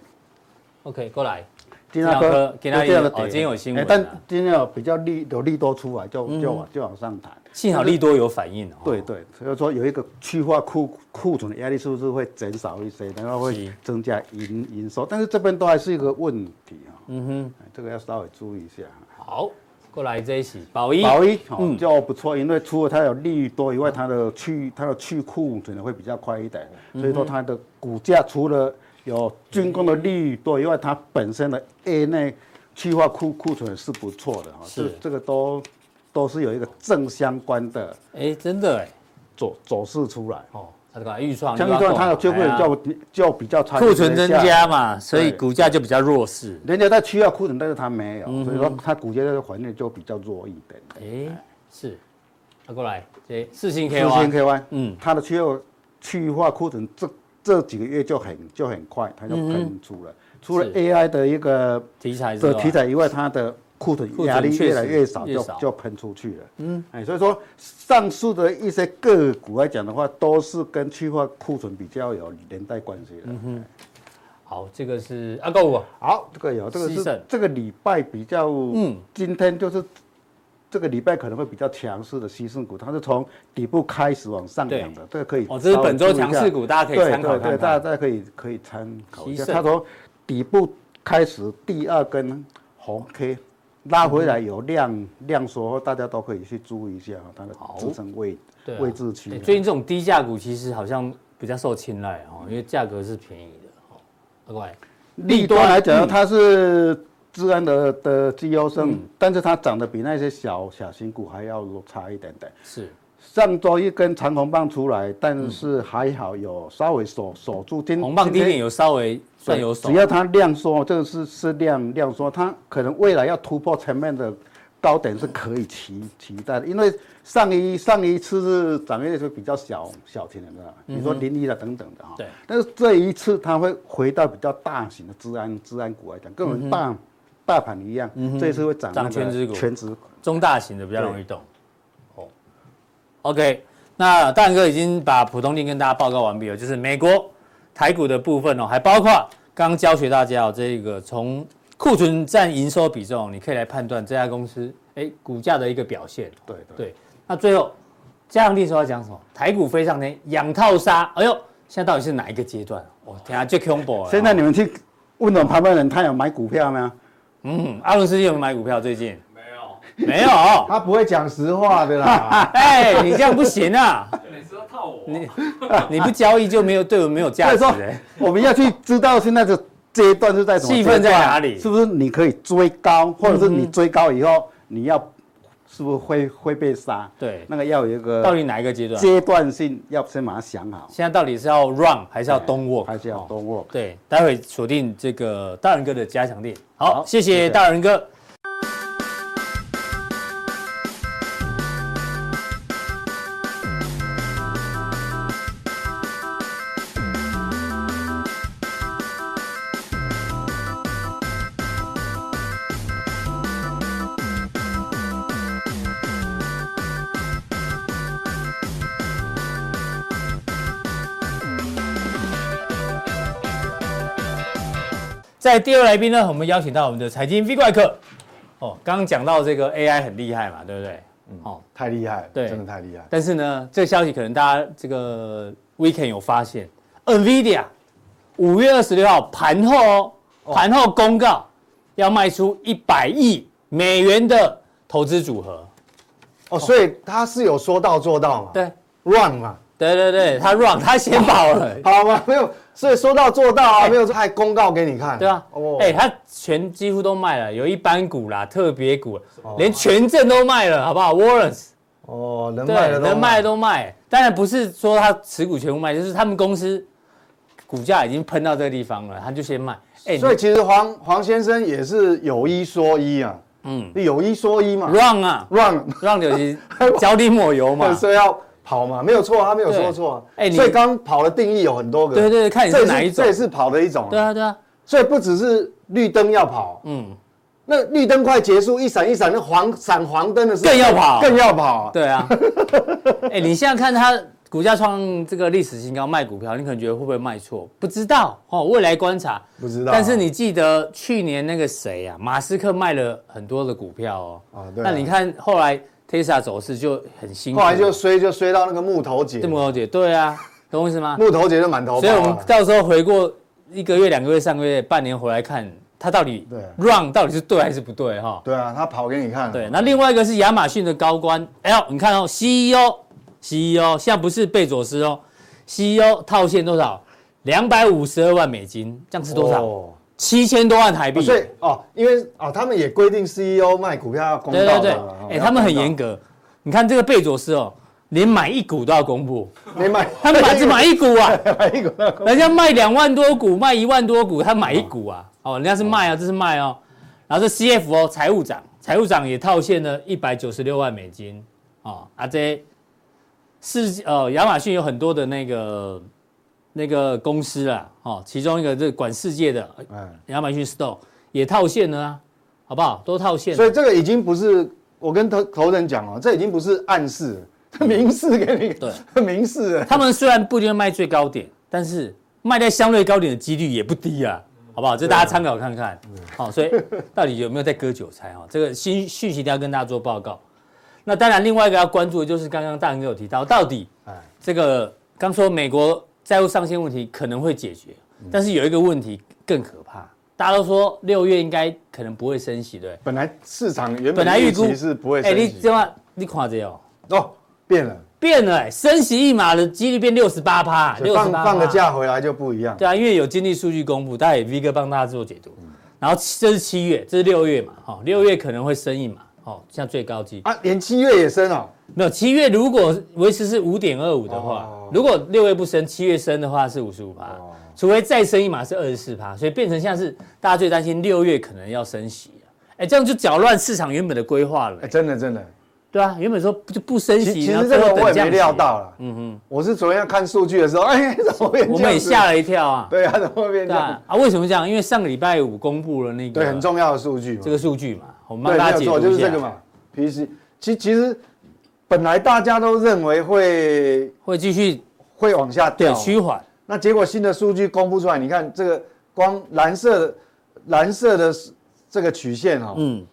[SPEAKER 2] ，OK，过来，
[SPEAKER 4] 金豪科
[SPEAKER 2] 金豪科
[SPEAKER 4] 就这样的
[SPEAKER 2] 今天有哦
[SPEAKER 4] 跌
[SPEAKER 2] 今天有新闻啊
[SPEAKER 4] 哎
[SPEAKER 2] 嗯
[SPEAKER 4] 但今天有比较利有利多出来，就就往就往上弹。
[SPEAKER 2] 幸好利多有反应哦。
[SPEAKER 4] 对对，所以说有一个去化库库存的压力是不是会减少一些，然后
[SPEAKER 2] 是
[SPEAKER 4] 会增加营营收？但是这边都还是一个问题啊、嗯哼，这个要稍微注意一下。啊
[SPEAKER 2] 好，过来这一期宝一，
[SPEAKER 4] 宝一哦、
[SPEAKER 2] 嗯
[SPEAKER 4] 就不错，因为除了它有利多以外，它的去它的去库存会比较快一点，
[SPEAKER 2] 嗯
[SPEAKER 4] 所以说它的股价除了有军工的利多以外，它本身的业内去化库库存是不错的哈、哦，
[SPEAKER 2] 是
[SPEAKER 4] 这这个都都是有一个正相关的
[SPEAKER 2] 哎，真的哎，
[SPEAKER 4] 走走势出来。
[SPEAKER 2] 哦，它这个预创，
[SPEAKER 4] 相对它的缺库
[SPEAKER 2] 哎呀
[SPEAKER 4] 存就比就比较差，
[SPEAKER 2] 库存增加嘛，所以
[SPEAKER 4] 对
[SPEAKER 2] 股价就比较弱势。
[SPEAKER 4] 人家在需要库存，但是它没有，
[SPEAKER 2] 嗯
[SPEAKER 4] 所以说它股价的环境就比较弱一点。
[SPEAKER 2] 哎，是，那过来这四星
[SPEAKER 4] 四星
[SPEAKER 2] KY，
[SPEAKER 4] KY，
[SPEAKER 2] 嗯
[SPEAKER 4] 嗯，它的去要去化库存这这几个月就很就很快，它就喷出了。除了
[SPEAKER 2] 嗯是
[SPEAKER 4] AI 的一个
[SPEAKER 2] 题材之
[SPEAKER 4] 的
[SPEAKER 2] 外
[SPEAKER 4] 题材以外，它的库存
[SPEAKER 2] 库存
[SPEAKER 4] 压力
[SPEAKER 2] 确实
[SPEAKER 4] 越来越少，
[SPEAKER 2] 越
[SPEAKER 4] 就
[SPEAKER 2] 少
[SPEAKER 4] 就喷出去了。嗯，哎，所以说上述的一些个股来讲的话，都是跟去化库存比较有连带关系的。
[SPEAKER 2] 嗯好，这个是阿购五，
[SPEAKER 4] 好，这个有，这个
[SPEAKER 2] 西盛
[SPEAKER 4] 是这个礼拜比较，嗯，今天就是这个礼拜可能会比较强势的西盛股，它是从底部开始往上扬的，这个可以稍
[SPEAKER 2] 哦
[SPEAKER 4] 微注意一下。
[SPEAKER 2] 这是本周强势股大家可以
[SPEAKER 4] 对
[SPEAKER 2] 参考看
[SPEAKER 4] 对对，
[SPEAKER 2] 看
[SPEAKER 4] 大家大家可以可以参考一下，
[SPEAKER 2] 西盛
[SPEAKER 4] 它从底部开始第二根红 K。拉回来有
[SPEAKER 2] 嗯
[SPEAKER 4] 量量缩，大家都可以去注意一下它的支撑位
[SPEAKER 2] 对啊
[SPEAKER 4] 位置区
[SPEAKER 2] 对。最近这种低价股其实好像比较受青睐哦，因为价格是便宜的哦。阿过来，
[SPEAKER 4] 利多来讲，它是治安的的绩优生，
[SPEAKER 2] 嗯
[SPEAKER 4] 但是它涨得比那些小小型股还要差一点点。
[SPEAKER 2] 是
[SPEAKER 4] 上周一根长红棒出来，但是还好有稍微守守住今
[SPEAKER 2] 红棒低点
[SPEAKER 4] 有
[SPEAKER 2] 有稍微算有手
[SPEAKER 4] 只，要它量缩，这个是是量量缩，它可能未来要突破前面的高点是可以期期待的，因为上一上一次是涨跌是比较小小型的，你知道吗？比如说零一的等等的哈。
[SPEAKER 2] 嗯对
[SPEAKER 4] 但是这一次它会回到比较大型的治安治安股来讲，跟我
[SPEAKER 2] 嗯
[SPEAKER 4] 们大、大盘一样，这一次会涨
[SPEAKER 2] 涨
[SPEAKER 4] 那个
[SPEAKER 2] 全指股
[SPEAKER 4] 全指股。
[SPEAKER 2] 中大型的比较容易动。哦，OK，那大仁哥已经把普通店跟大家报告完毕了，就是美国台股的部分哦，还包括刚刚教学大家哦，这个从库存占营收比重，你可以来判断这家公司哎股价的一个表现。
[SPEAKER 4] 对对
[SPEAKER 2] 对，那最后嘉良弟说要讲什么？台股飞上天，养套杀，哎呦，现在到底是哪一个阶段？我天啊，最恐怖了！
[SPEAKER 4] 现在你们去问我们旁边人，他有买股票吗？
[SPEAKER 2] 嗯，阿伦斯基有没有买股票最近？没有，没 有。
[SPEAKER 3] 他不会讲实话的啦。
[SPEAKER 2] 哎，你这样不行啊！
[SPEAKER 5] 每次都套我，啊
[SPEAKER 2] 你 你不交易就没有对我们没有价
[SPEAKER 4] 所以
[SPEAKER 2] 值、
[SPEAKER 4] 说
[SPEAKER 2] 欸。
[SPEAKER 4] 我们要去知道现在的阶段是在什么
[SPEAKER 2] 气
[SPEAKER 4] 阶段
[SPEAKER 2] 氛在哪里嗯
[SPEAKER 4] 是不是你可以追高，或者是你追高以后你要是不是会会被杀？
[SPEAKER 2] 对
[SPEAKER 4] 那个要有一
[SPEAKER 2] 到
[SPEAKER 4] 个
[SPEAKER 2] 底哪一个阶段？
[SPEAKER 4] 阶段性，要先把它想好，
[SPEAKER 2] 现在到底是要 run 还是要 don't walk？
[SPEAKER 4] 还是要
[SPEAKER 2] 哦
[SPEAKER 4] 多 work。
[SPEAKER 2] 对，待会锁定这个大人哥的加强店。好，
[SPEAKER 4] 好
[SPEAKER 2] 谢
[SPEAKER 4] 谢
[SPEAKER 2] 谢
[SPEAKER 4] 谢
[SPEAKER 2] 大人哥。在第二来宾呢，我们邀请到我们的财经 V 怪客。哦，刚刚讲到这个 AI 很厉害嘛，对不对？哦，
[SPEAKER 3] 太厉害了，
[SPEAKER 2] 对
[SPEAKER 3] 真的太厉害。
[SPEAKER 2] 但是呢，这个消息可能大家这个 weekend 有发现，NVIDIA 五月二十六号盘后哦，盘后公告要卖出一百亿美元的投资组合。
[SPEAKER 3] 哦，所以他是有说到做到嘛？
[SPEAKER 2] 对，
[SPEAKER 3] ，run 嘛，，
[SPEAKER 2] 对对对，他 run 他先跑了
[SPEAKER 3] 好嘛，没有，所以说到做到啊，
[SPEAKER 2] 哎
[SPEAKER 3] 没有说还公告给你看，
[SPEAKER 2] 对啊，
[SPEAKER 3] 哦，
[SPEAKER 2] 哎，他全几乎都卖了，有一般股啦、特别股，连权证都卖了，好不好？Warrants
[SPEAKER 3] 哦，能
[SPEAKER 2] 对
[SPEAKER 3] 卖的都
[SPEAKER 2] 能卖的都卖，当然不是说他持股全部卖，就是他们公司。股价已经喷到这个地方了，他就先卖。哎、
[SPEAKER 3] 所以其实黄黄先生也是有一说一啊，嗯，有一说一嘛
[SPEAKER 2] r u n 啊
[SPEAKER 3] ，run
[SPEAKER 2] ，run 就是脚底抹油嘛。
[SPEAKER 3] 所以要跑嘛，没有错啊，他没有说错啊。
[SPEAKER 2] 对哎你
[SPEAKER 3] 所以刚刚跑的定义有很多个，
[SPEAKER 2] 对对对看你是
[SPEAKER 3] 这也
[SPEAKER 2] 哪一种
[SPEAKER 3] 这也是跑的一种啊。
[SPEAKER 2] 对啊，对啊，
[SPEAKER 3] 所以不只是绿灯要跑，嗯，那绿灯快结束，一闪一闪，那黄闪黄灯的时候
[SPEAKER 2] 更要跑
[SPEAKER 3] 更要跑啊。
[SPEAKER 2] 对 啊。哎、你现在看它股价创这个历史新高，卖股票，你可能觉得会不会卖错？不知道哦，未来观察。
[SPEAKER 3] 不知道啊
[SPEAKER 2] 但是你记得去年那个谁啊，马斯克卖了很多的股票哦。
[SPEAKER 3] 啊对啊
[SPEAKER 2] 那你看后来 Tesla 走势就很辛苦。
[SPEAKER 3] 后来就衰就衰到那个木头姐
[SPEAKER 2] 这，么了解，对啊，懂我意思 吗？
[SPEAKER 3] 木头姐就满头
[SPEAKER 2] 所
[SPEAKER 3] 包
[SPEAKER 2] 以
[SPEAKER 3] 啊。
[SPEAKER 2] 我们到时候回过一个月、两个月、三个月、半年回来看，它到底
[SPEAKER 3] 对
[SPEAKER 2] run 到底是对还是不对哈？
[SPEAKER 3] 对啊，他跑给你看啊。
[SPEAKER 2] 对，那另外一个是亚马逊的高官，哎呦，你看哦，CEO CEO E 现在不是贝佐斯哦，CEO 套现多少？两百五十二万美金，这样是多少？
[SPEAKER 3] 哦
[SPEAKER 2] 七千多万台币。
[SPEAKER 3] 所以哦，因为哦，他们也规定 CEO 卖股票要公
[SPEAKER 2] 对
[SPEAKER 3] 道
[SPEAKER 2] 对对
[SPEAKER 3] 的嘛，哦，
[SPEAKER 2] 哎，他们很严
[SPEAKER 3] 要
[SPEAKER 2] 格。你看这个贝佐斯哦，连买一股都要公布，
[SPEAKER 3] 公道，没买，
[SPEAKER 2] 他们买只买一股啊。
[SPEAKER 3] 买一股都要公
[SPEAKER 2] 人家卖两万多股，卖一万多股，他买一股啊，哦，人家是卖啊，这是卖哦。然后这 CFO 财务长，财务长也套现了一百九十六万美金，哦，啊这是呃亚马逊有很多的那个那个公司啊，哦，其中一个这管世界的呃
[SPEAKER 3] 嗯，
[SPEAKER 2] 亚马逊 Store 也套现了啊，好不好？都套现了，
[SPEAKER 3] 所以这个已经不是我跟投投资人讲哦，这已经不是暗示，
[SPEAKER 2] 嗯
[SPEAKER 3] 明示给你，对， 明示了。
[SPEAKER 2] 他们虽然不一定会卖最高点，但是卖在相对高点的几率也不低啊，好不好？这大家参考看看。
[SPEAKER 3] 啊
[SPEAKER 2] 好、所以到底有没有在割韭菜哈、哦？这个新讯息一定要跟大家做报告。那当然，另外一个要关注的就是刚刚大仁哥有提到，到底
[SPEAKER 3] 哎
[SPEAKER 2] 这个刚说美国债务上限问题可能会解决，
[SPEAKER 3] 嗯
[SPEAKER 2] 但是有一个问题更可怕，大家都说六月应该可能不会升息，对不对？
[SPEAKER 3] 本来市场原
[SPEAKER 2] 本来预估
[SPEAKER 3] 期是不会
[SPEAKER 2] 哎、
[SPEAKER 3] 升
[SPEAKER 2] 你
[SPEAKER 3] 息
[SPEAKER 2] 这，么你看这哦，
[SPEAKER 3] 哦，变了，
[SPEAKER 2] 变了、哎，升息一码的几率变六十八趴，
[SPEAKER 3] 所以
[SPEAKER 2] 六
[SPEAKER 3] 放
[SPEAKER 2] 十八
[SPEAKER 3] 放个假回来就不一样。
[SPEAKER 2] 对啊，因为有经济数据公布，大家也 V 哥帮大家做解读。然后七这是七月，这是六月嘛，哈、哦，六月可能会升一码，哦，像最高级
[SPEAKER 3] 啊，连七月也升哦，
[SPEAKER 2] 没有七月如果维持是五点二五的话，
[SPEAKER 3] 哦
[SPEAKER 2] 如果六月不升，七月升的话是五十五趴，除非再升一码是二十四趴，所以变成像是大家最担心六月可能要升息了，哎，这样就搅乱市场原本的规划了、
[SPEAKER 3] 哎，真的真的。
[SPEAKER 2] 对啊，原本说不就不升息，
[SPEAKER 3] 其其
[SPEAKER 2] 然
[SPEAKER 3] 实
[SPEAKER 2] 后
[SPEAKER 3] 这
[SPEAKER 2] 最后
[SPEAKER 3] 个我
[SPEAKER 2] 等
[SPEAKER 3] 也
[SPEAKER 2] 降
[SPEAKER 3] 没
[SPEAKER 2] 息
[SPEAKER 3] 料，到了，嗯嗯，我是昨天看数据的时候，哎，怎么变这样子
[SPEAKER 2] 我们也吓了一跳啊，
[SPEAKER 3] 对啊，怎么变
[SPEAKER 2] 对
[SPEAKER 3] 这样
[SPEAKER 2] 啊？，啊，为什么这样？因为上个礼拜五公布了那个
[SPEAKER 3] 对，很重要的数据嘛。
[SPEAKER 2] 这个数据嘛，我们帮
[SPEAKER 3] 对，
[SPEAKER 2] 大
[SPEAKER 3] 没
[SPEAKER 2] 家
[SPEAKER 3] 有
[SPEAKER 2] 解
[SPEAKER 3] 错，
[SPEAKER 2] 读
[SPEAKER 3] 就
[SPEAKER 2] 一
[SPEAKER 3] 是
[SPEAKER 2] 下。
[SPEAKER 3] 这个嘛。PC，其其实本来大家都认为会
[SPEAKER 2] 会继续
[SPEAKER 3] 会往下
[SPEAKER 2] 对
[SPEAKER 3] 掉，
[SPEAKER 2] 趋缓，
[SPEAKER 3] 那结果新的数据公布出来，你看这个光蓝色的蓝色的这个曲线哈、哦，
[SPEAKER 2] 嗯，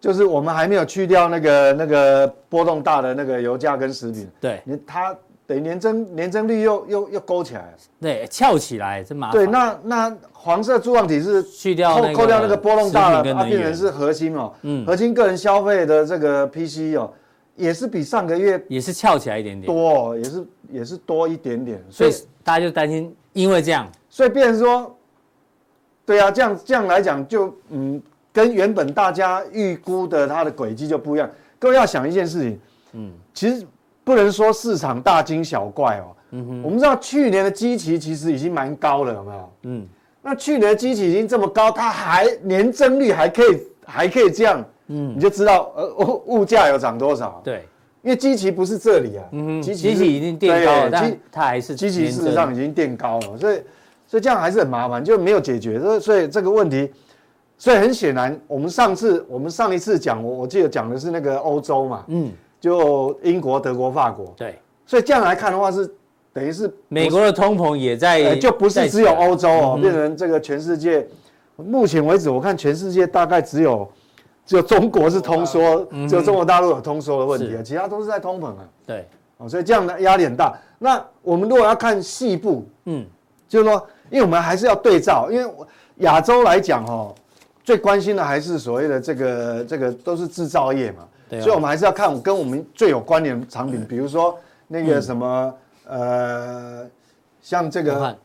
[SPEAKER 3] 就是我们还没有去掉那个那个波动大的那个油价跟食品，
[SPEAKER 2] 对
[SPEAKER 3] 你它等于年增年增率又又又勾起来了。
[SPEAKER 2] 对，翘起来真麻烦。
[SPEAKER 3] 对，那那黄色柱状体是
[SPEAKER 2] 去掉那
[SPEAKER 3] 扣
[SPEAKER 2] 个
[SPEAKER 3] 扣掉那个波动大
[SPEAKER 2] 食品
[SPEAKER 3] 了，
[SPEAKER 2] 跟
[SPEAKER 3] 它
[SPEAKER 2] 能源
[SPEAKER 3] 变成是核心哦，
[SPEAKER 2] 嗯
[SPEAKER 3] 核心个人消费的这个 PCE 哦，也是比上个月
[SPEAKER 2] 也是翘起来一点点，
[SPEAKER 3] 多、哦，也是也是多一点点，
[SPEAKER 2] 所
[SPEAKER 3] 所
[SPEAKER 2] 以
[SPEAKER 3] 以
[SPEAKER 2] 大家就担心，因为这样
[SPEAKER 3] 所以变成说，对啊，这样这样来讲就嗯，跟原本大家预估的它的轨迹就不一样。各位要想一件事情，嗯，其实不能说市场大惊小怪哦，嗯哼，我们知道去年的基期其实已经蛮高了，有没有？
[SPEAKER 2] 嗯
[SPEAKER 3] 嗯，那去年的基期已经这么高，它还年增率还可以还可以这样，嗯，你就知道呃物物价有涨多少，
[SPEAKER 2] 对，
[SPEAKER 3] 因为基期不是这里啊，嗯
[SPEAKER 2] 机器已经垫高了，但它还是
[SPEAKER 3] 机器
[SPEAKER 2] 年
[SPEAKER 3] 事
[SPEAKER 2] 增
[SPEAKER 3] 实上已经垫高了，所以所以这样还是很麻烦，就没有解决。所以所以这个问题，所以很显然，我们上次我们上一次讲，我我记得讲的是那个欧洲嘛，
[SPEAKER 2] 嗯，
[SPEAKER 3] 就英国、德国、法国。
[SPEAKER 2] 对，
[SPEAKER 3] 所以这样来看的话是，等于是
[SPEAKER 2] 美国的通膨也在
[SPEAKER 3] 呃，就不
[SPEAKER 2] 在嗯
[SPEAKER 3] 是只有欧洲哦，变成这个全世界，目前为止我看全世界大概只有只有中国是通缩，只有中国大陆有通缩的问题啊，
[SPEAKER 2] 嗯是
[SPEAKER 3] 其他都是在通膨啊。
[SPEAKER 2] 对，
[SPEAKER 3] 哦，所以这样的压力很大。那我们如果要看细部，
[SPEAKER 2] 嗯，
[SPEAKER 3] 就是说，因为我们还是要对照，因为我亚洲来讲哦，最关心的还是所谓的这个这个都是制造业嘛，
[SPEAKER 2] 对啊
[SPEAKER 3] 所以我们还是要看跟我们最有关联的产品，比如说那个什么、呃，像这
[SPEAKER 2] 嗯武
[SPEAKER 3] 个
[SPEAKER 2] 汉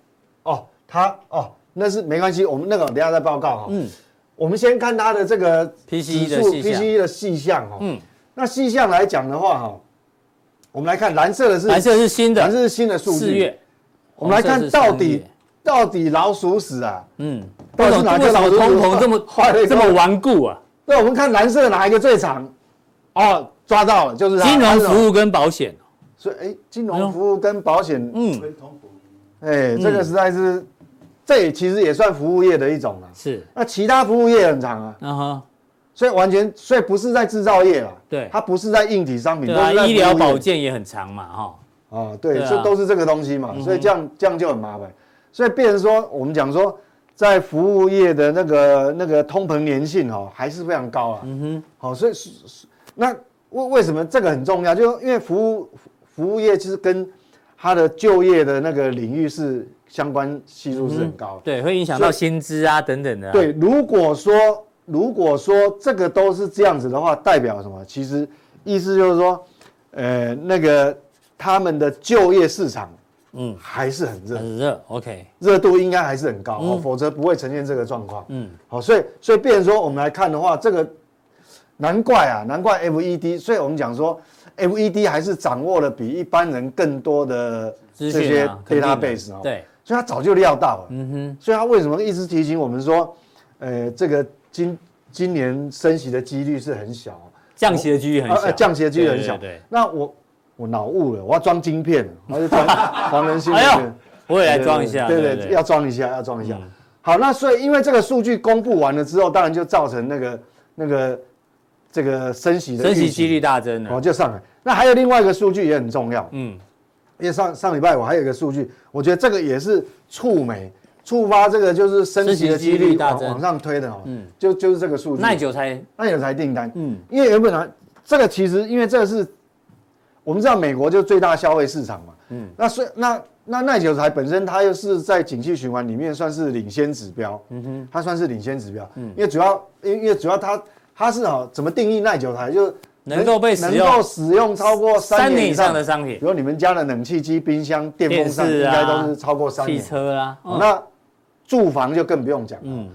[SPEAKER 3] 哦，它哦，那是没关系，我们那个等一下再报告哈、嗯，我们先看它的这个
[SPEAKER 2] PCE
[SPEAKER 3] 指数
[SPEAKER 2] E 的细项
[SPEAKER 3] PCE 的细项哈、哦，
[SPEAKER 2] 嗯
[SPEAKER 3] 嗯，那细项来讲的话哈、我们来看蓝色的是
[SPEAKER 2] 蓝色是新的，
[SPEAKER 3] 蓝色是新的数据，
[SPEAKER 2] 四月，
[SPEAKER 3] 我们来看
[SPEAKER 2] 红色是三
[SPEAKER 3] 到底
[SPEAKER 2] 月
[SPEAKER 3] 到底老鼠屎啊？
[SPEAKER 2] 嗯，
[SPEAKER 3] 到
[SPEAKER 2] 为
[SPEAKER 3] 底
[SPEAKER 2] 什
[SPEAKER 3] 是
[SPEAKER 2] 么
[SPEAKER 3] 哪
[SPEAKER 2] 为
[SPEAKER 3] 个
[SPEAKER 2] 什
[SPEAKER 3] 老
[SPEAKER 2] 么
[SPEAKER 3] 鼠
[SPEAKER 2] 通膨这么
[SPEAKER 3] 坏了一个
[SPEAKER 2] 这么顽固啊？
[SPEAKER 3] 那我们看蓝色哪一个最长？哦，抓到了，就是它
[SPEAKER 2] 金融
[SPEAKER 3] 务。
[SPEAKER 2] 服务跟保险，
[SPEAKER 3] 所以，哎，金融服务跟保险，
[SPEAKER 2] 嗯，
[SPEAKER 3] 哎，这个实在是，这也其实也算服务业的一种啊了。
[SPEAKER 2] 是，
[SPEAKER 3] 那其他服务业很长啊，
[SPEAKER 2] 然后
[SPEAKER 3] 所以完全，所以不是在制造业啦，
[SPEAKER 2] 对
[SPEAKER 3] 它不是在硬体商品，
[SPEAKER 2] 对
[SPEAKER 3] 都
[SPEAKER 2] 啊，
[SPEAKER 3] 是在
[SPEAKER 2] 医疗
[SPEAKER 3] 服务业
[SPEAKER 2] 保健也很长嘛，哈，
[SPEAKER 3] 啊，对，
[SPEAKER 2] 对啊嗯
[SPEAKER 3] 这都是这个东西嘛，所以这样这样就很麻烦，所以变成说，我们讲说，在服务业的那个那个通膨粘性哦，还是非常高啊，嗯哼，好、所以是是那为为什么这个很重要？就因为服务服务业其实跟它的就业的那个领域是相关系数是很高的，
[SPEAKER 2] 对，会影响到薪资啊等等的啊。
[SPEAKER 3] 对，如果说如果说这个都是这样子的话，代表什么？其实意思就是说，呃，那个他们的就业市场，嗯，还是很热，
[SPEAKER 2] 很热，OK，
[SPEAKER 3] 热度应该还是很高，
[SPEAKER 2] 嗯
[SPEAKER 3] 哦，否则不会呈现这个状况。嗯，好，所以所以变成说我们来看的话，这个难怪啊，难怪 FED，所以我们讲说 FED 还是掌握了比一般人更多的这
[SPEAKER 2] 资讯
[SPEAKER 3] 些
[SPEAKER 2] 啊肯定的
[SPEAKER 3] database 哦，
[SPEAKER 2] 对，
[SPEAKER 3] 所以他早就料到了。嗯哼，所以他为什么一直提醒我们说，呃，这个今今年升息的几率是很小，
[SPEAKER 2] 降息的几率很
[SPEAKER 3] 呃
[SPEAKER 2] 小，
[SPEAKER 3] 呃降息的几率很小。
[SPEAKER 2] 对，对
[SPEAKER 3] 那我我脑雾了，我要装晶片了，我要装 黄仁
[SPEAKER 2] 对
[SPEAKER 3] 勋。
[SPEAKER 2] 哎呦，我也来装一下，
[SPEAKER 3] 对
[SPEAKER 2] 对
[SPEAKER 3] 对，要装一下，要装一下。好，那所以因为这个数据公布完了之后，当然就造成那个那个这个升息的
[SPEAKER 2] 升息
[SPEAKER 3] 预期
[SPEAKER 2] 几率大增
[SPEAKER 3] 哦
[SPEAKER 2] 了，
[SPEAKER 3] 就上来。那还有另外一个数据也很重要，
[SPEAKER 2] 嗯，
[SPEAKER 3] 因为上上礼拜我还有一个数据，我觉得这个也是触媒触发这个就是升息的几
[SPEAKER 2] 升息几率
[SPEAKER 3] 率
[SPEAKER 2] 大
[SPEAKER 3] 往
[SPEAKER 2] 增
[SPEAKER 3] 往上推的哦，就就是这个数据，
[SPEAKER 2] 耐久才
[SPEAKER 3] 那有台订单，
[SPEAKER 2] 嗯
[SPEAKER 3] 嗯，因为原本啊，这个其实因为这个是，我们知道美国就是最大消费市场嘛，嗯，那所以那那耐久材本身它又是在景气循环里面算是领先指标，嗯哼，它算是领先指标，嗯，因为主要因为因为主要它它是哦怎么定义耐久材就
[SPEAKER 2] 能够被使用
[SPEAKER 3] 能够使用超过
[SPEAKER 2] 三
[SPEAKER 3] 三
[SPEAKER 2] 年
[SPEAKER 3] 年
[SPEAKER 2] 以
[SPEAKER 3] 以
[SPEAKER 2] 上
[SPEAKER 3] 上
[SPEAKER 2] 的商品
[SPEAKER 3] 比，如你们家的冷气机、冰箱、电风扇
[SPEAKER 2] 电视
[SPEAKER 3] 应
[SPEAKER 2] 啊
[SPEAKER 3] 该都是超过三
[SPEAKER 2] 汽
[SPEAKER 3] 年，
[SPEAKER 2] 车啦，
[SPEAKER 3] 哦
[SPEAKER 2] 嗯
[SPEAKER 3] 那住房就更不用讲了。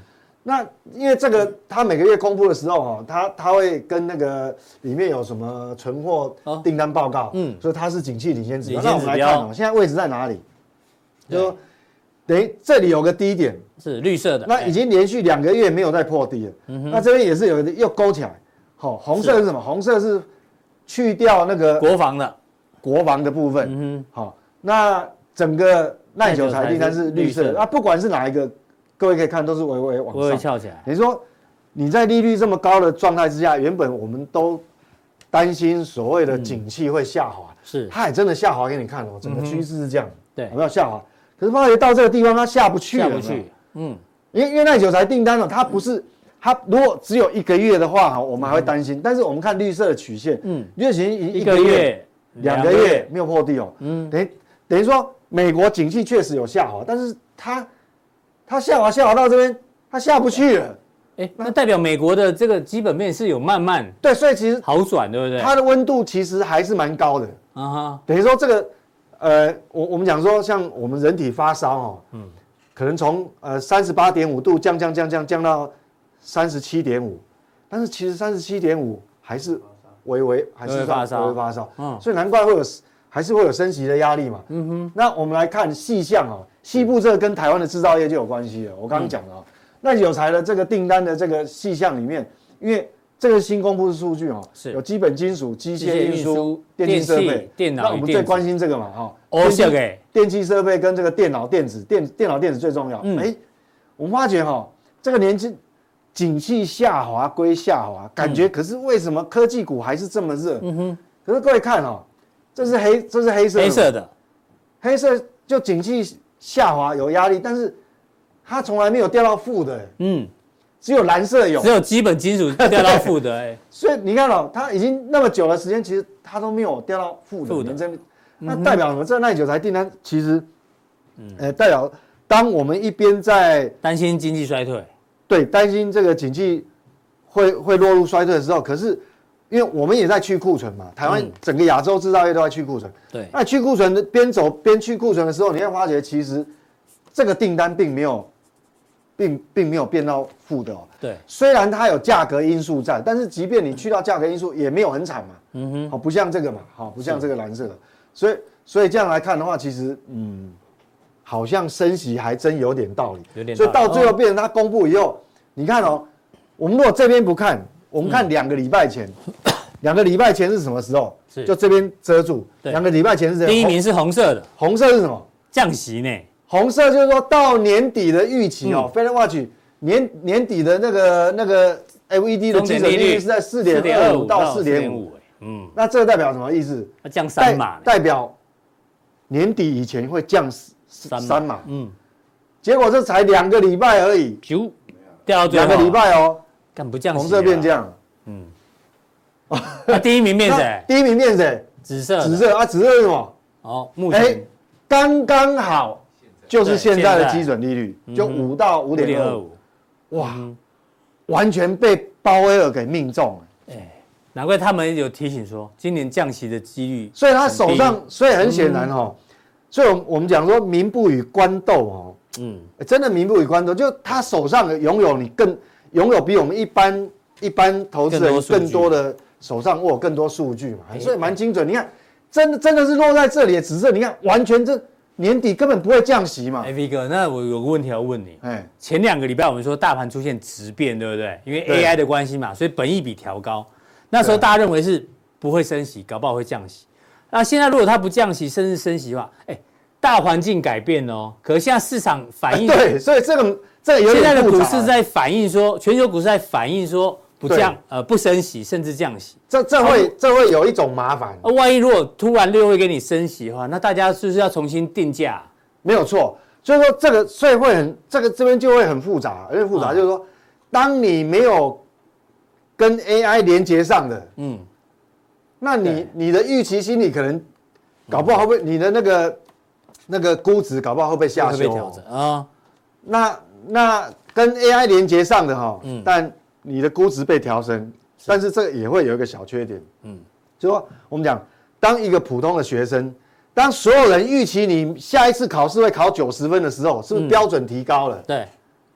[SPEAKER 3] 那因为这个，它每个月公布的时候哦，它它会跟那个里面有什么存货
[SPEAKER 2] 哦
[SPEAKER 3] 订单报告，
[SPEAKER 2] 嗯
[SPEAKER 3] 嗯，所以它是景气领先指标。
[SPEAKER 2] 领先
[SPEAKER 3] 那我们来
[SPEAKER 2] 指标
[SPEAKER 3] 看哦，现在位置在哪里？
[SPEAKER 2] 对
[SPEAKER 3] 就说等于这里有个低点，
[SPEAKER 2] 是绿色的，
[SPEAKER 3] 那已
[SPEAKER 2] 哎
[SPEAKER 3] 经连续两个月没有再破低了。
[SPEAKER 2] 嗯
[SPEAKER 3] 那这边也是有一个又勾起来，好，红色是什么？红色是去掉那个
[SPEAKER 2] 哎国防的，
[SPEAKER 3] 哦国防的部分，
[SPEAKER 2] 嗯
[SPEAKER 3] 好，那整个耐久材订单是
[SPEAKER 2] 耐久材是
[SPEAKER 3] 绿色
[SPEAKER 2] 绿色
[SPEAKER 3] 的，
[SPEAKER 2] 的
[SPEAKER 3] 那不管是哪一个，各位可以看都是微微往
[SPEAKER 2] 微微
[SPEAKER 3] 上。
[SPEAKER 2] 翘起来，
[SPEAKER 3] 你说你在利率这么高的状态之下，原本我们都担心所谓的景气会下滑，
[SPEAKER 2] 是
[SPEAKER 3] 它也真的下滑给你看哦，整个趋势是这样，
[SPEAKER 2] 嗯对
[SPEAKER 3] 有没有下滑？可是发觉到这个地方它下不去了，
[SPEAKER 2] 下不
[SPEAKER 3] 有没有
[SPEAKER 2] 去，嗯，
[SPEAKER 3] 因为因为耐久材订单呢，哦它不是它如果只有一个月的话，哈，我们还会担心。但是我们看绿色的曲线，
[SPEAKER 2] 嗯
[SPEAKER 3] 嗯，月形一
[SPEAKER 2] 一
[SPEAKER 3] 一
[SPEAKER 2] 个
[SPEAKER 3] 个月
[SPEAKER 2] 月，
[SPEAKER 3] 两个月，没有破地哦，嗯，等于等于说美国景气确实有下滑，但是它它下滑下滑到这边，它下不去了，
[SPEAKER 2] 哎，那代表美国的这个基本面是有慢慢
[SPEAKER 3] 对，所以其实
[SPEAKER 2] 好转，对不对？
[SPEAKER 3] 它的温度其实还是蛮高的，
[SPEAKER 2] 啊哈，
[SPEAKER 3] 等于说这个呃，我我们讲说像我们人体发烧哦，嗯，可能从呃三十八点五度降降降降降到三十七点五，但是其实三十七点五还是微微还
[SPEAKER 2] 微
[SPEAKER 3] 是
[SPEAKER 2] 微发
[SPEAKER 3] 算
[SPEAKER 2] 烧
[SPEAKER 3] 微微发烧，
[SPEAKER 2] 嗯
[SPEAKER 3] 所以难怪会有还是会有升息的压力嘛。嗯哼，那我们来看细项哦，西部这个跟台湾的制造业就有关系了。我刚
[SPEAKER 2] 嗯
[SPEAKER 3] 刚讲了哦，那有才的这个订单的这个细项里面，因为这个新公布的数据哦，
[SPEAKER 2] 是
[SPEAKER 3] 有基本金属、机
[SPEAKER 2] 机械
[SPEAKER 3] 械
[SPEAKER 2] 运
[SPEAKER 3] 运
[SPEAKER 2] 输
[SPEAKER 3] 输、电
[SPEAKER 2] 电
[SPEAKER 3] 器设
[SPEAKER 2] 器
[SPEAKER 3] 备、
[SPEAKER 2] 电脑
[SPEAKER 3] 那
[SPEAKER 2] 与
[SPEAKER 3] 我们
[SPEAKER 2] 电
[SPEAKER 3] 最
[SPEAKER 2] 子
[SPEAKER 3] 关心这个嘛，哈、
[SPEAKER 2] 哦
[SPEAKER 3] 电器
[SPEAKER 2] 这个欸
[SPEAKER 3] 电器设备跟这个电脑、电子、电电脑、电子最重要。哎、
[SPEAKER 2] 嗯
[SPEAKER 3] 我们发觉哈、这个年纪景气下滑归下
[SPEAKER 2] 嗯
[SPEAKER 3] 滑，感觉可是为什么科技股还是这么热？嗯哼。可是各位看哦，这是黑，这是黑色的，
[SPEAKER 2] 黑色的，
[SPEAKER 3] 黑色就景气下滑有压力，但是它从来没有掉到负的，
[SPEAKER 2] 嗯，
[SPEAKER 3] 只有蓝色有
[SPEAKER 2] 只。有基本金属掉到负的，哎，
[SPEAKER 3] 所以你看哦，它已经那么久的时间，其实它都没有掉到负的
[SPEAKER 2] 负的嗯
[SPEAKER 3] 年增率，那代表什么？这耐久材订单其实，呃，代表当我们一边在
[SPEAKER 2] 担心经济衰退，
[SPEAKER 3] 对担心这个景气会会落入衰退的时候，可是因为我们也在去库存嘛，台湾
[SPEAKER 2] 嗯
[SPEAKER 3] 整个亚洲制造业都在去库存。
[SPEAKER 2] 对，
[SPEAKER 3] 那去库存的边走边去库存的时候，你会发觉其实这个订单并没有，并并没有变到负的哦。
[SPEAKER 2] 对，
[SPEAKER 3] 虽然它有价格因素在，但是即便你去到价格因素，也没有很惨嘛。嗯哼，好、不像这个嘛，好、不像这个蓝色的，所以所以这样来看的话，其实嗯，好像升息还真有点道理，
[SPEAKER 2] 有点道
[SPEAKER 3] 所
[SPEAKER 2] 理
[SPEAKER 3] 以到最后变成它公布以后，你看哦，我们如果这边不看，我们
[SPEAKER 2] 嗯
[SPEAKER 3] 看两个礼 拜前，两个礼拜前是什么时候
[SPEAKER 2] 是？
[SPEAKER 3] 就这边遮住，
[SPEAKER 2] 对
[SPEAKER 3] 两个礼拜前是这样
[SPEAKER 2] 第一名是红色的
[SPEAKER 3] 红红色是什么？
[SPEAKER 2] 降息呢，
[SPEAKER 3] 红色就是说到年底的预期哦、f
[SPEAKER 2] 嗯
[SPEAKER 3] e d Watch 年年底的那个那个 FED 的
[SPEAKER 2] 终
[SPEAKER 3] 基
[SPEAKER 2] 点
[SPEAKER 3] 准利
[SPEAKER 2] 利率
[SPEAKER 3] 率是在四点二五到四点五，
[SPEAKER 2] 5，哎嗯，
[SPEAKER 3] 那这个代表什么意思？
[SPEAKER 2] 要降
[SPEAKER 3] 代
[SPEAKER 2] 三码呢，
[SPEAKER 3] 代表年底以前会降四
[SPEAKER 2] 三码
[SPEAKER 3] 三码，
[SPEAKER 2] 嗯，
[SPEAKER 3] 结果这才两个礼拜而已，
[SPEAKER 2] 咻掉到最
[SPEAKER 3] 两
[SPEAKER 2] 后
[SPEAKER 3] 个礼，拜哦，
[SPEAKER 2] 干不降息啊，
[SPEAKER 3] 红色变这样，
[SPEAKER 2] 那第一名啊变
[SPEAKER 3] 那
[SPEAKER 2] 谁？
[SPEAKER 3] 第一名变谁？
[SPEAKER 2] 紫色的，
[SPEAKER 3] 紫色啊，紫色是什么？
[SPEAKER 2] 哦，目
[SPEAKER 3] 哎
[SPEAKER 2] 前，
[SPEAKER 3] 刚刚好，就是
[SPEAKER 2] 对
[SPEAKER 3] 现在
[SPEAKER 2] 现
[SPEAKER 3] 的
[SPEAKER 2] 在嗯
[SPEAKER 3] 基准利率，就五到五
[SPEAKER 2] 五
[SPEAKER 3] 点
[SPEAKER 2] 点
[SPEAKER 3] 二
[SPEAKER 2] 二
[SPEAKER 3] 五。
[SPEAKER 2] 五，
[SPEAKER 3] 哇，完全被鲍威尔给命中了。
[SPEAKER 2] 难怪他们有提醒说，今年降息的几率，
[SPEAKER 3] 所以他手
[SPEAKER 2] 很
[SPEAKER 3] 上，所以很显然哦，所以我们我们讲说民不与官斗哦，
[SPEAKER 2] 嗯，
[SPEAKER 3] 欸真的民不与官斗，就他手上拥有你更拥有比我们一般一般投资
[SPEAKER 2] 更多
[SPEAKER 3] 人
[SPEAKER 2] 数据哎
[SPEAKER 3] 更多的手上握有更多数据嘛，所以蛮精准。你看，真的真的是落在这里的指示，你看完全这年底根本不会降息嘛
[SPEAKER 2] 哎，，v 哥，那我有个问题要问你，
[SPEAKER 3] 哎，
[SPEAKER 2] 前两个礼拜我们说大盘出现质变，对不对？因为
[SPEAKER 3] 对
[SPEAKER 2] AI 的关系嘛，所以本益比调高。那时候大家认为是不会升息，搞不好会降息。那现在如果它不降息，甚至升息的话，哎，大环境改变哦。可是现在市场反映，
[SPEAKER 3] 哎对，所以这个这个有
[SPEAKER 2] 现在
[SPEAKER 3] 点
[SPEAKER 2] 的
[SPEAKER 3] 复
[SPEAKER 2] 股
[SPEAKER 3] 杂
[SPEAKER 2] 市在反映说，全球股市在反映说不降，呃，不升息，甚至降息。
[SPEAKER 3] 这这会这会有一种麻烦。
[SPEAKER 2] 那万一如果突然六会给你升息的话，那大家是不是要重新定价？
[SPEAKER 3] 没有错，所以说这个所以会很这个这边就会很复杂，有点复杂，
[SPEAKER 2] 嗯
[SPEAKER 3] 就是说，当你没有跟 AI 连接上的，
[SPEAKER 2] 嗯，
[SPEAKER 3] 那你
[SPEAKER 2] 对嗯
[SPEAKER 3] 你的预期心理可能搞不好会被你的那个那个估值搞不好会被下
[SPEAKER 2] 会被
[SPEAKER 3] 修
[SPEAKER 2] 调
[SPEAKER 3] 哦
[SPEAKER 2] 整。啊？
[SPEAKER 3] 那那跟 AI 连接上的哈，
[SPEAKER 2] 嗯
[SPEAKER 3] 但你的估值被调升，但是这个也会有一个小缺点，嗯，就说我们讲，当一个普通的学生，当所有人预期你下一次考试会考九十分的时候，是
[SPEAKER 2] 嗯
[SPEAKER 3] 不是标准提高了？
[SPEAKER 2] 对，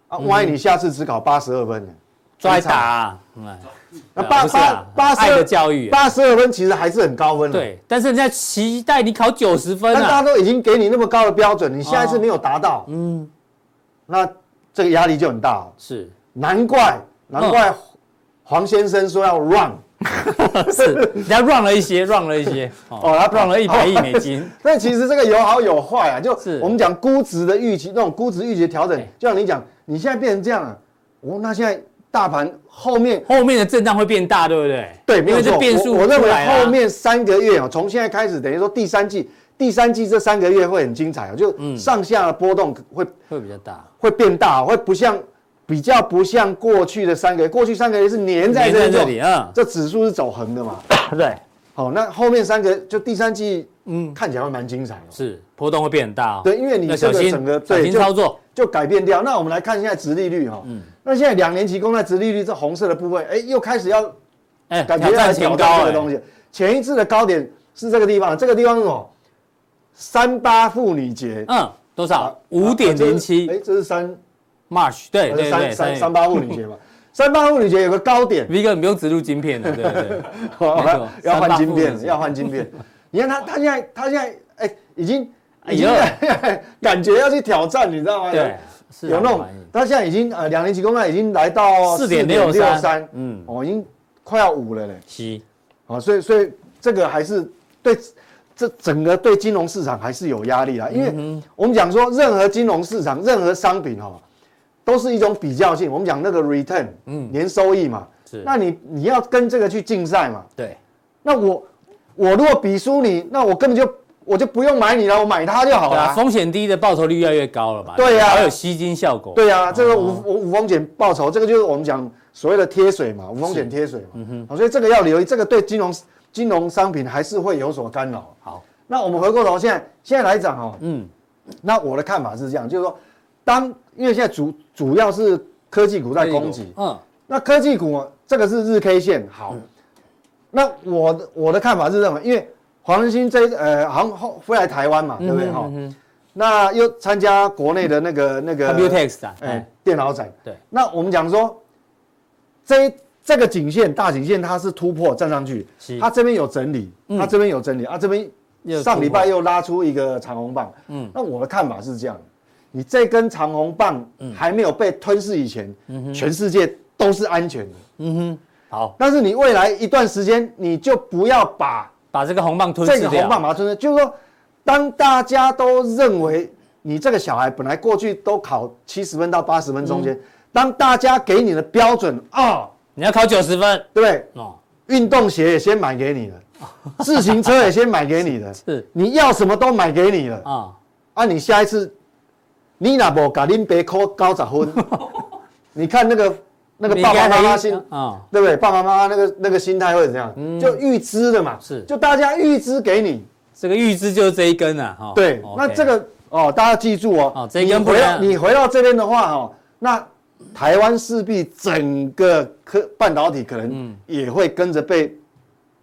[SPEAKER 3] 啊，万一你下次只考八十二分呢？
[SPEAKER 2] 嗯抓一打啊，嗯哎
[SPEAKER 3] 那
[SPEAKER 2] 啊
[SPEAKER 3] 八
[SPEAKER 2] 不是啊
[SPEAKER 3] 八八
[SPEAKER 2] 爱
[SPEAKER 3] 十
[SPEAKER 2] 的
[SPEAKER 3] 二
[SPEAKER 2] 教育啊
[SPEAKER 3] 八十二分其实还是很高分的。，
[SPEAKER 2] 对，但是人家期待你考九十分
[SPEAKER 3] 但大家
[SPEAKER 2] 啊，
[SPEAKER 3] 都已经给嗯你那么高的标准，你
[SPEAKER 2] 哦
[SPEAKER 3] 下一次没有达到，嗯，那这个压力就很大哦。
[SPEAKER 2] 是
[SPEAKER 3] 难怪
[SPEAKER 2] 嗯
[SPEAKER 3] 难怪黄先生说要 run，
[SPEAKER 2] 是，人家 run 了一些，run 了一些， 哦，
[SPEAKER 3] 哦他
[SPEAKER 2] 他 run 了一百亿美金，
[SPEAKER 3] 那其实这个有好有坏啊。就是我们讲估值的预期，那种估值预期的调整
[SPEAKER 2] 对，
[SPEAKER 3] 就像你讲，你现在变成这样啊，哦，那现在大盘后面
[SPEAKER 2] 后面的震荡会变大，对不对？
[SPEAKER 3] 对没
[SPEAKER 2] 因
[SPEAKER 3] 有
[SPEAKER 2] 为这
[SPEAKER 3] 错，
[SPEAKER 2] 变数
[SPEAKER 3] 我我认
[SPEAKER 2] 出
[SPEAKER 3] 为
[SPEAKER 2] 来啊了
[SPEAKER 3] 后面三个月哦，从现在开始，等于说第三季，第三季这三个月会很精彩哦，
[SPEAKER 2] 嗯
[SPEAKER 3] 就上下的波动会
[SPEAKER 2] 会比较大，
[SPEAKER 3] 会变大，会不像比较不像过去的三个月，过去三个月是粘在
[SPEAKER 2] 粘在
[SPEAKER 3] 这
[SPEAKER 2] 这
[SPEAKER 3] 里
[SPEAKER 2] 里，嗯，
[SPEAKER 3] 这指数是走横的嘛。
[SPEAKER 2] 对，
[SPEAKER 3] 好，那后面三个就第三季，嗯，看起来会蛮精彩的，
[SPEAKER 2] 是波动会变很大哦，
[SPEAKER 3] 对因为你
[SPEAKER 2] 要小
[SPEAKER 3] 这个
[SPEAKER 2] 心
[SPEAKER 3] 整个
[SPEAKER 2] 小
[SPEAKER 3] 对
[SPEAKER 2] 心
[SPEAKER 3] 就
[SPEAKER 2] 操作，
[SPEAKER 3] 就改变掉。那我们来看现在殖利率哈、
[SPEAKER 2] 嗯
[SPEAKER 3] 那现在两年期公债殖利率这红色的部分，哎，又开始要
[SPEAKER 2] 哎，
[SPEAKER 3] 感
[SPEAKER 2] 挑
[SPEAKER 3] 觉要来
[SPEAKER 2] 战
[SPEAKER 3] 挑
[SPEAKER 2] 前
[SPEAKER 3] 战
[SPEAKER 2] 高
[SPEAKER 3] 这个东
[SPEAKER 2] 哎，
[SPEAKER 3] 西。前一次的高点是这个地方，这个地方是什么？三八妇女节
[SPEAKER 2] 嗯，多少？五点零七
[SPEAKER 3] 哎，啊这是三，
[SPEAKER 2] March，对
[SPEAKER 3] 呃
[SPEAKER 2] 对对，
[SPEAKER 3] 三三三八妇女节嘛， 三八妇女节有个高点，
[SPEAKER 2] V 哥，你不用植入晶片了，对对 对，没错
[SPEAKER 3] 要
[SPEAKER 2] 三
[SPEAKER 3] 换金
[SPEAKER 2] 八妇女
[SPEAKER 3] 片，
[SPEAKER 2] 节
[SPEAKER 3] 要换金片。你看他，他现在，他现在，哎、已经，
[SPEAKER 2] 哎
[SPEAKER 3] 已经、
[SPEAKER 2] 呦
[SPEAKER 3] 感觉要去挑战，你知道吗？
[SPEAKER 2] 对，啊市
[SPEAKER 3] 哎有
[SPEAKER 2] 场
[SPEAKER 3] 那种
[SPEAKER 2] 反应，
[SPEAKER 3] 他现在已经呃，两年期公债已经来到
[SPEAKER 2] 4.63嗯
[SPEAKER 3] 嗯，哦，已经快要五了嘞，
[SPEAKER 2] 七，
[SPEAKER 3] 啊、所以所以这个还是对这整个对金融市场还是有压力啦，因
[SPEAKER 2] 嗯
[SPEAKER 3] 为我们讲说任何金融市场任何商品哦，都是一种比较性，我们讲那个 return，嗯，年收益嘛，
[SPEAKER 2] 是
[SPEAKER 3] 那你你要跟这个去竞赛嘛，
[SPEAKER 2] 对，
[SPEAKER 3] 那我我如果比输你，那我根本就我就不用买你了，我买它就好
[SPEAKER 2] 对啊，
[SPEAKER 3] 了。
[SPEAKER 2] 风险低的报酬率越来越高了嘛，
[SPEAKER 3] 对啊
[SPEAKER 2] 还有吸金效果，
[SPEAKER 3] 对啊，这个无无无风险报酬，这个就是我们讲所谓的贴水嘛，无风险贴水嘛。嗯哼，所以这个要留意，这个对金融金融商品还是会有所干扰。
[SPEAKER 2] 好，
[SPEAKER 3] 那我们回过头，现在现在来讲哦，
[SPEAKER 2] 嗯，
[SPEAKER 3] 那我的看法是这样，就是说，当因为现在主主要是科技股在攻击，
[SPEAKER 2] 嗯，
[SPEAKER 3] 那科技股啊这个是日 K 线，好。那我的我的看法是认为，因为黄仁勋这呃，好像后飞来台湾嘛，对不对哈？那又参加国内的那个那个
[SPEAKER 2] Computex 啊，
[SPEAKER 3] 哎
[SPEAKER 2] 哎，
[SPEAKER 3] 电脑展。
[SPEAKER 2] 对，
[SPEAKER 3] 那我们讲说，这这个颈线大颈线它是突破站上去
[SPEAKER 2] 是，嗯
[SPEAKER 3] 它这边有整理，它这边有整理，啊这边
[SPEAKER 2] 又突破
[SPEAKER 3] 上礼拜又拉出一个长红棒。嗯，那我的看法是这样：你这根长红棒
[SPEAKER 2] 嗯
[SPEAKER 3] 还没有被吞噬以前，全世界都是安全的。
[SPEAKER 2] 好，
[SPEAKER 3] 但是你未来一段时间，你就不要把
[SPEAKER 2] 把这个红棒吞
[SPEAKER 3] 这
[SPEAKER 2] 噬
[SPEAKER 3] 个
[SPEAKER 2] 掉。
[SPEAKER 3] 红棒把它吞噬，就是说，当大家都认为你这个小孩本来过去都考七十分到八十分中
[SPEAKER 2] 嗯
[SPEAKER 3] 间，当大家给你的标准啊，
[SPEAKER 2] 你要考九十分
[SPEAKER 3] 对不对？
[SPEAKER 2] 哦，
[SPEAKER 3] 运动鞋也先买给 你了，自行车也先买给你了，
[SPEAKER 2] 是
[SPEAKER 3] 你要什么都买给你了
[SPEAKER 2] 啊，
[SPEAKER 3] 啊！你下一次，你那不给恁别扣高十分， 你看那个那个爸爸妈妈心
[SPEAKER 2] 啊，嗯
[SPEAKER 3] 对不对？爸爸妈妈那个那个心态会怎样？就预支的嘛，
[SPEAKER 2] 是
[SPEAKER 3] 就大家预支给你。
[SPEAKER 2] 这个预知就是这一根啊，哈。
[SPEAKER 3] 对，
[SPEAKER 2] OK
[SPEAKER 3] 那这个哦，大家记住哦，
[SPEAKER 2] 哦这一根
[SPEAKER 3] 你
[SPEAKER 2] 不
[SPEAKER 3] 回
[SPEAKER 2] 能
[SPEAKER 3] 到你回到这边的话哦，那台湾势必整个科半导体可
[SPEAKER 2] 嗯
[SPEAKER 3] 能也会跟着被、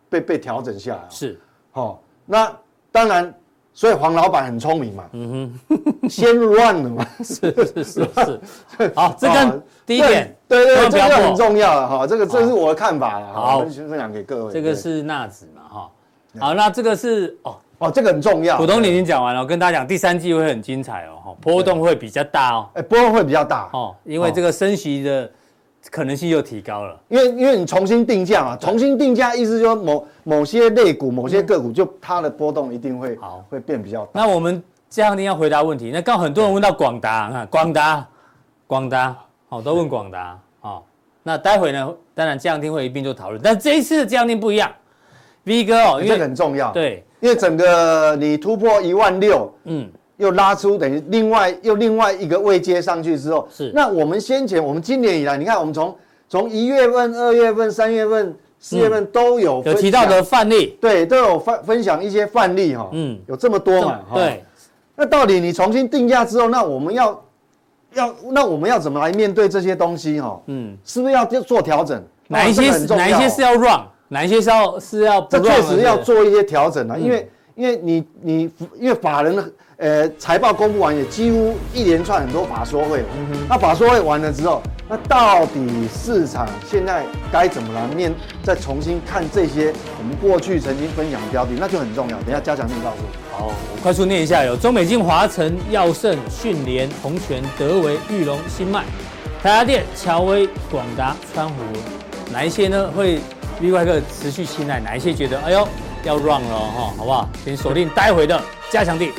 [SPEAKER 3] 被被调整下来、哦。
[SPEAKER 2] 是
[SPEAKER 3] 哦，那当然，所以黄老板很聪明嘛，嗯哼， 先乱了嘛，
[SPEAKER 2] 是是是， 好，这根
[SPEAKER 3] 哦
[SPEAKER 2] 第一点，
[SPEAKER 3] 对对对，
[SPEAKER 2] 千
[SPEAKER 3] 这
[SPEAKER 2] 万不
[SPEAKER 3] 个
[SPEAKER 2] 要
[SPEAKER 3] 很
[SPEAKER 2] 破，
[SPEAKER 3] 重要了啊哈，这个这是我的看法了，啊
[SPEAKER 2] 好
[SPEAKER 3] 我分分享给各位。
[SPEAKER 2] 这个
[SPEAKER 3] 对嗯
[SPEAKER 2] 是钠酯嘛，哈。好，那这个是哦，
[SPEAKER 3] 哦，这个很重要。
[SPEAKER 2] 普通你已经讲完了，我跟大家讲，第三季会很精彩哦，哈，波动会比较大哦，
[SPEAKER 3] 哎，波动会比较大，
[SPEAKER 2] 哦，因为这个升息的可能性又提高了。
[SPEAKER 3] 因为因为你重新定价嘛，重新定价意思就是某某些类股、某些个股，就它的波动一定会
[SPEAKER 2] 好
[SPEAKER 3] 会变比较大。
[SPEAKER 2] 那我们这样一定要回答问题。那刚好很多人问到广达啊，广达，广达，好、都问广达，好、那待会呢，当然这样听会一并做讨论，但这一次的这样听不一样，V 哥哦，因
[SPEAKER 3] 哎这个
[SPEAKER 2] 为
[SPEAKER 3] 很重要，，
[SPEAKER 2] 对，
[SPEAKER 3] 因为整个你突破一万六，
[SPEAKER 2] 嗯，
[SPEAKER 3] 又拉出等于另外又另外一个位阶上去之后，
[SPEAKER 2] 是
[SPEAKER 3] 那我们先前我们今年以来，你看我们从从一月份、二月份、三月份、四月份都有
[SPEAKER 2] 嗯有
[SPEAKER 3] 分
[SPEAKER 2] 提到
[SPEAKER 3] 享
[SPEAKER 2] 的，范例，
[SPEAKER 3] 对，都有分分享一些范例哈，
[SPEAKER 2] 嗯
[SPEAKER 3] 嗯，有这么多嘛，哈
[SPEAKER 2] 对，
[SPEAKER 3] 那到底你重新定价之后，那我们要要那我们要怎么来面对这些东西哈、
[SPEAKER 2] 嗯
[SPEAKER 3] 嗯，是不是要做调整？
[SPEAKER 2] 哪一些是、
[SPEAKER 3] 哦这个很重要哦
[SPEAKER 2] 哪一些是要 run，哪一些是要是要不
[SPEAKER 3] 这
[SPEAKER 2] run，
[SPEAKER 3] 确实要
[SPEAKER 2] 的
[SPEAKER 3] 做一些调整啊，
[SPEAKER 2] 嗯
[SPEAKER 3] 因为因为你你因为法人的呃财报公布完，也几乎一连串很多法说会嘛，
[SPEAKER 2] 嗯
[SPEAKER 3] 那法说会完了之后，那到底市场现在该怎么来面？再重新看这些我们过去曾经分享的标的，那就很重要。等一下加强力告诉我。
[SPEAKER 2] 好，我快速念一下：有中美金、华晨、耀盛、迅联、宏全、德维、裕隆、新迈、台达电、乔威、广达、川湖，哪一些呢？会另外一个哦持续青睐，哪一些觉得哎呦要 run 了哈、好不好？请锁定待会的加强地。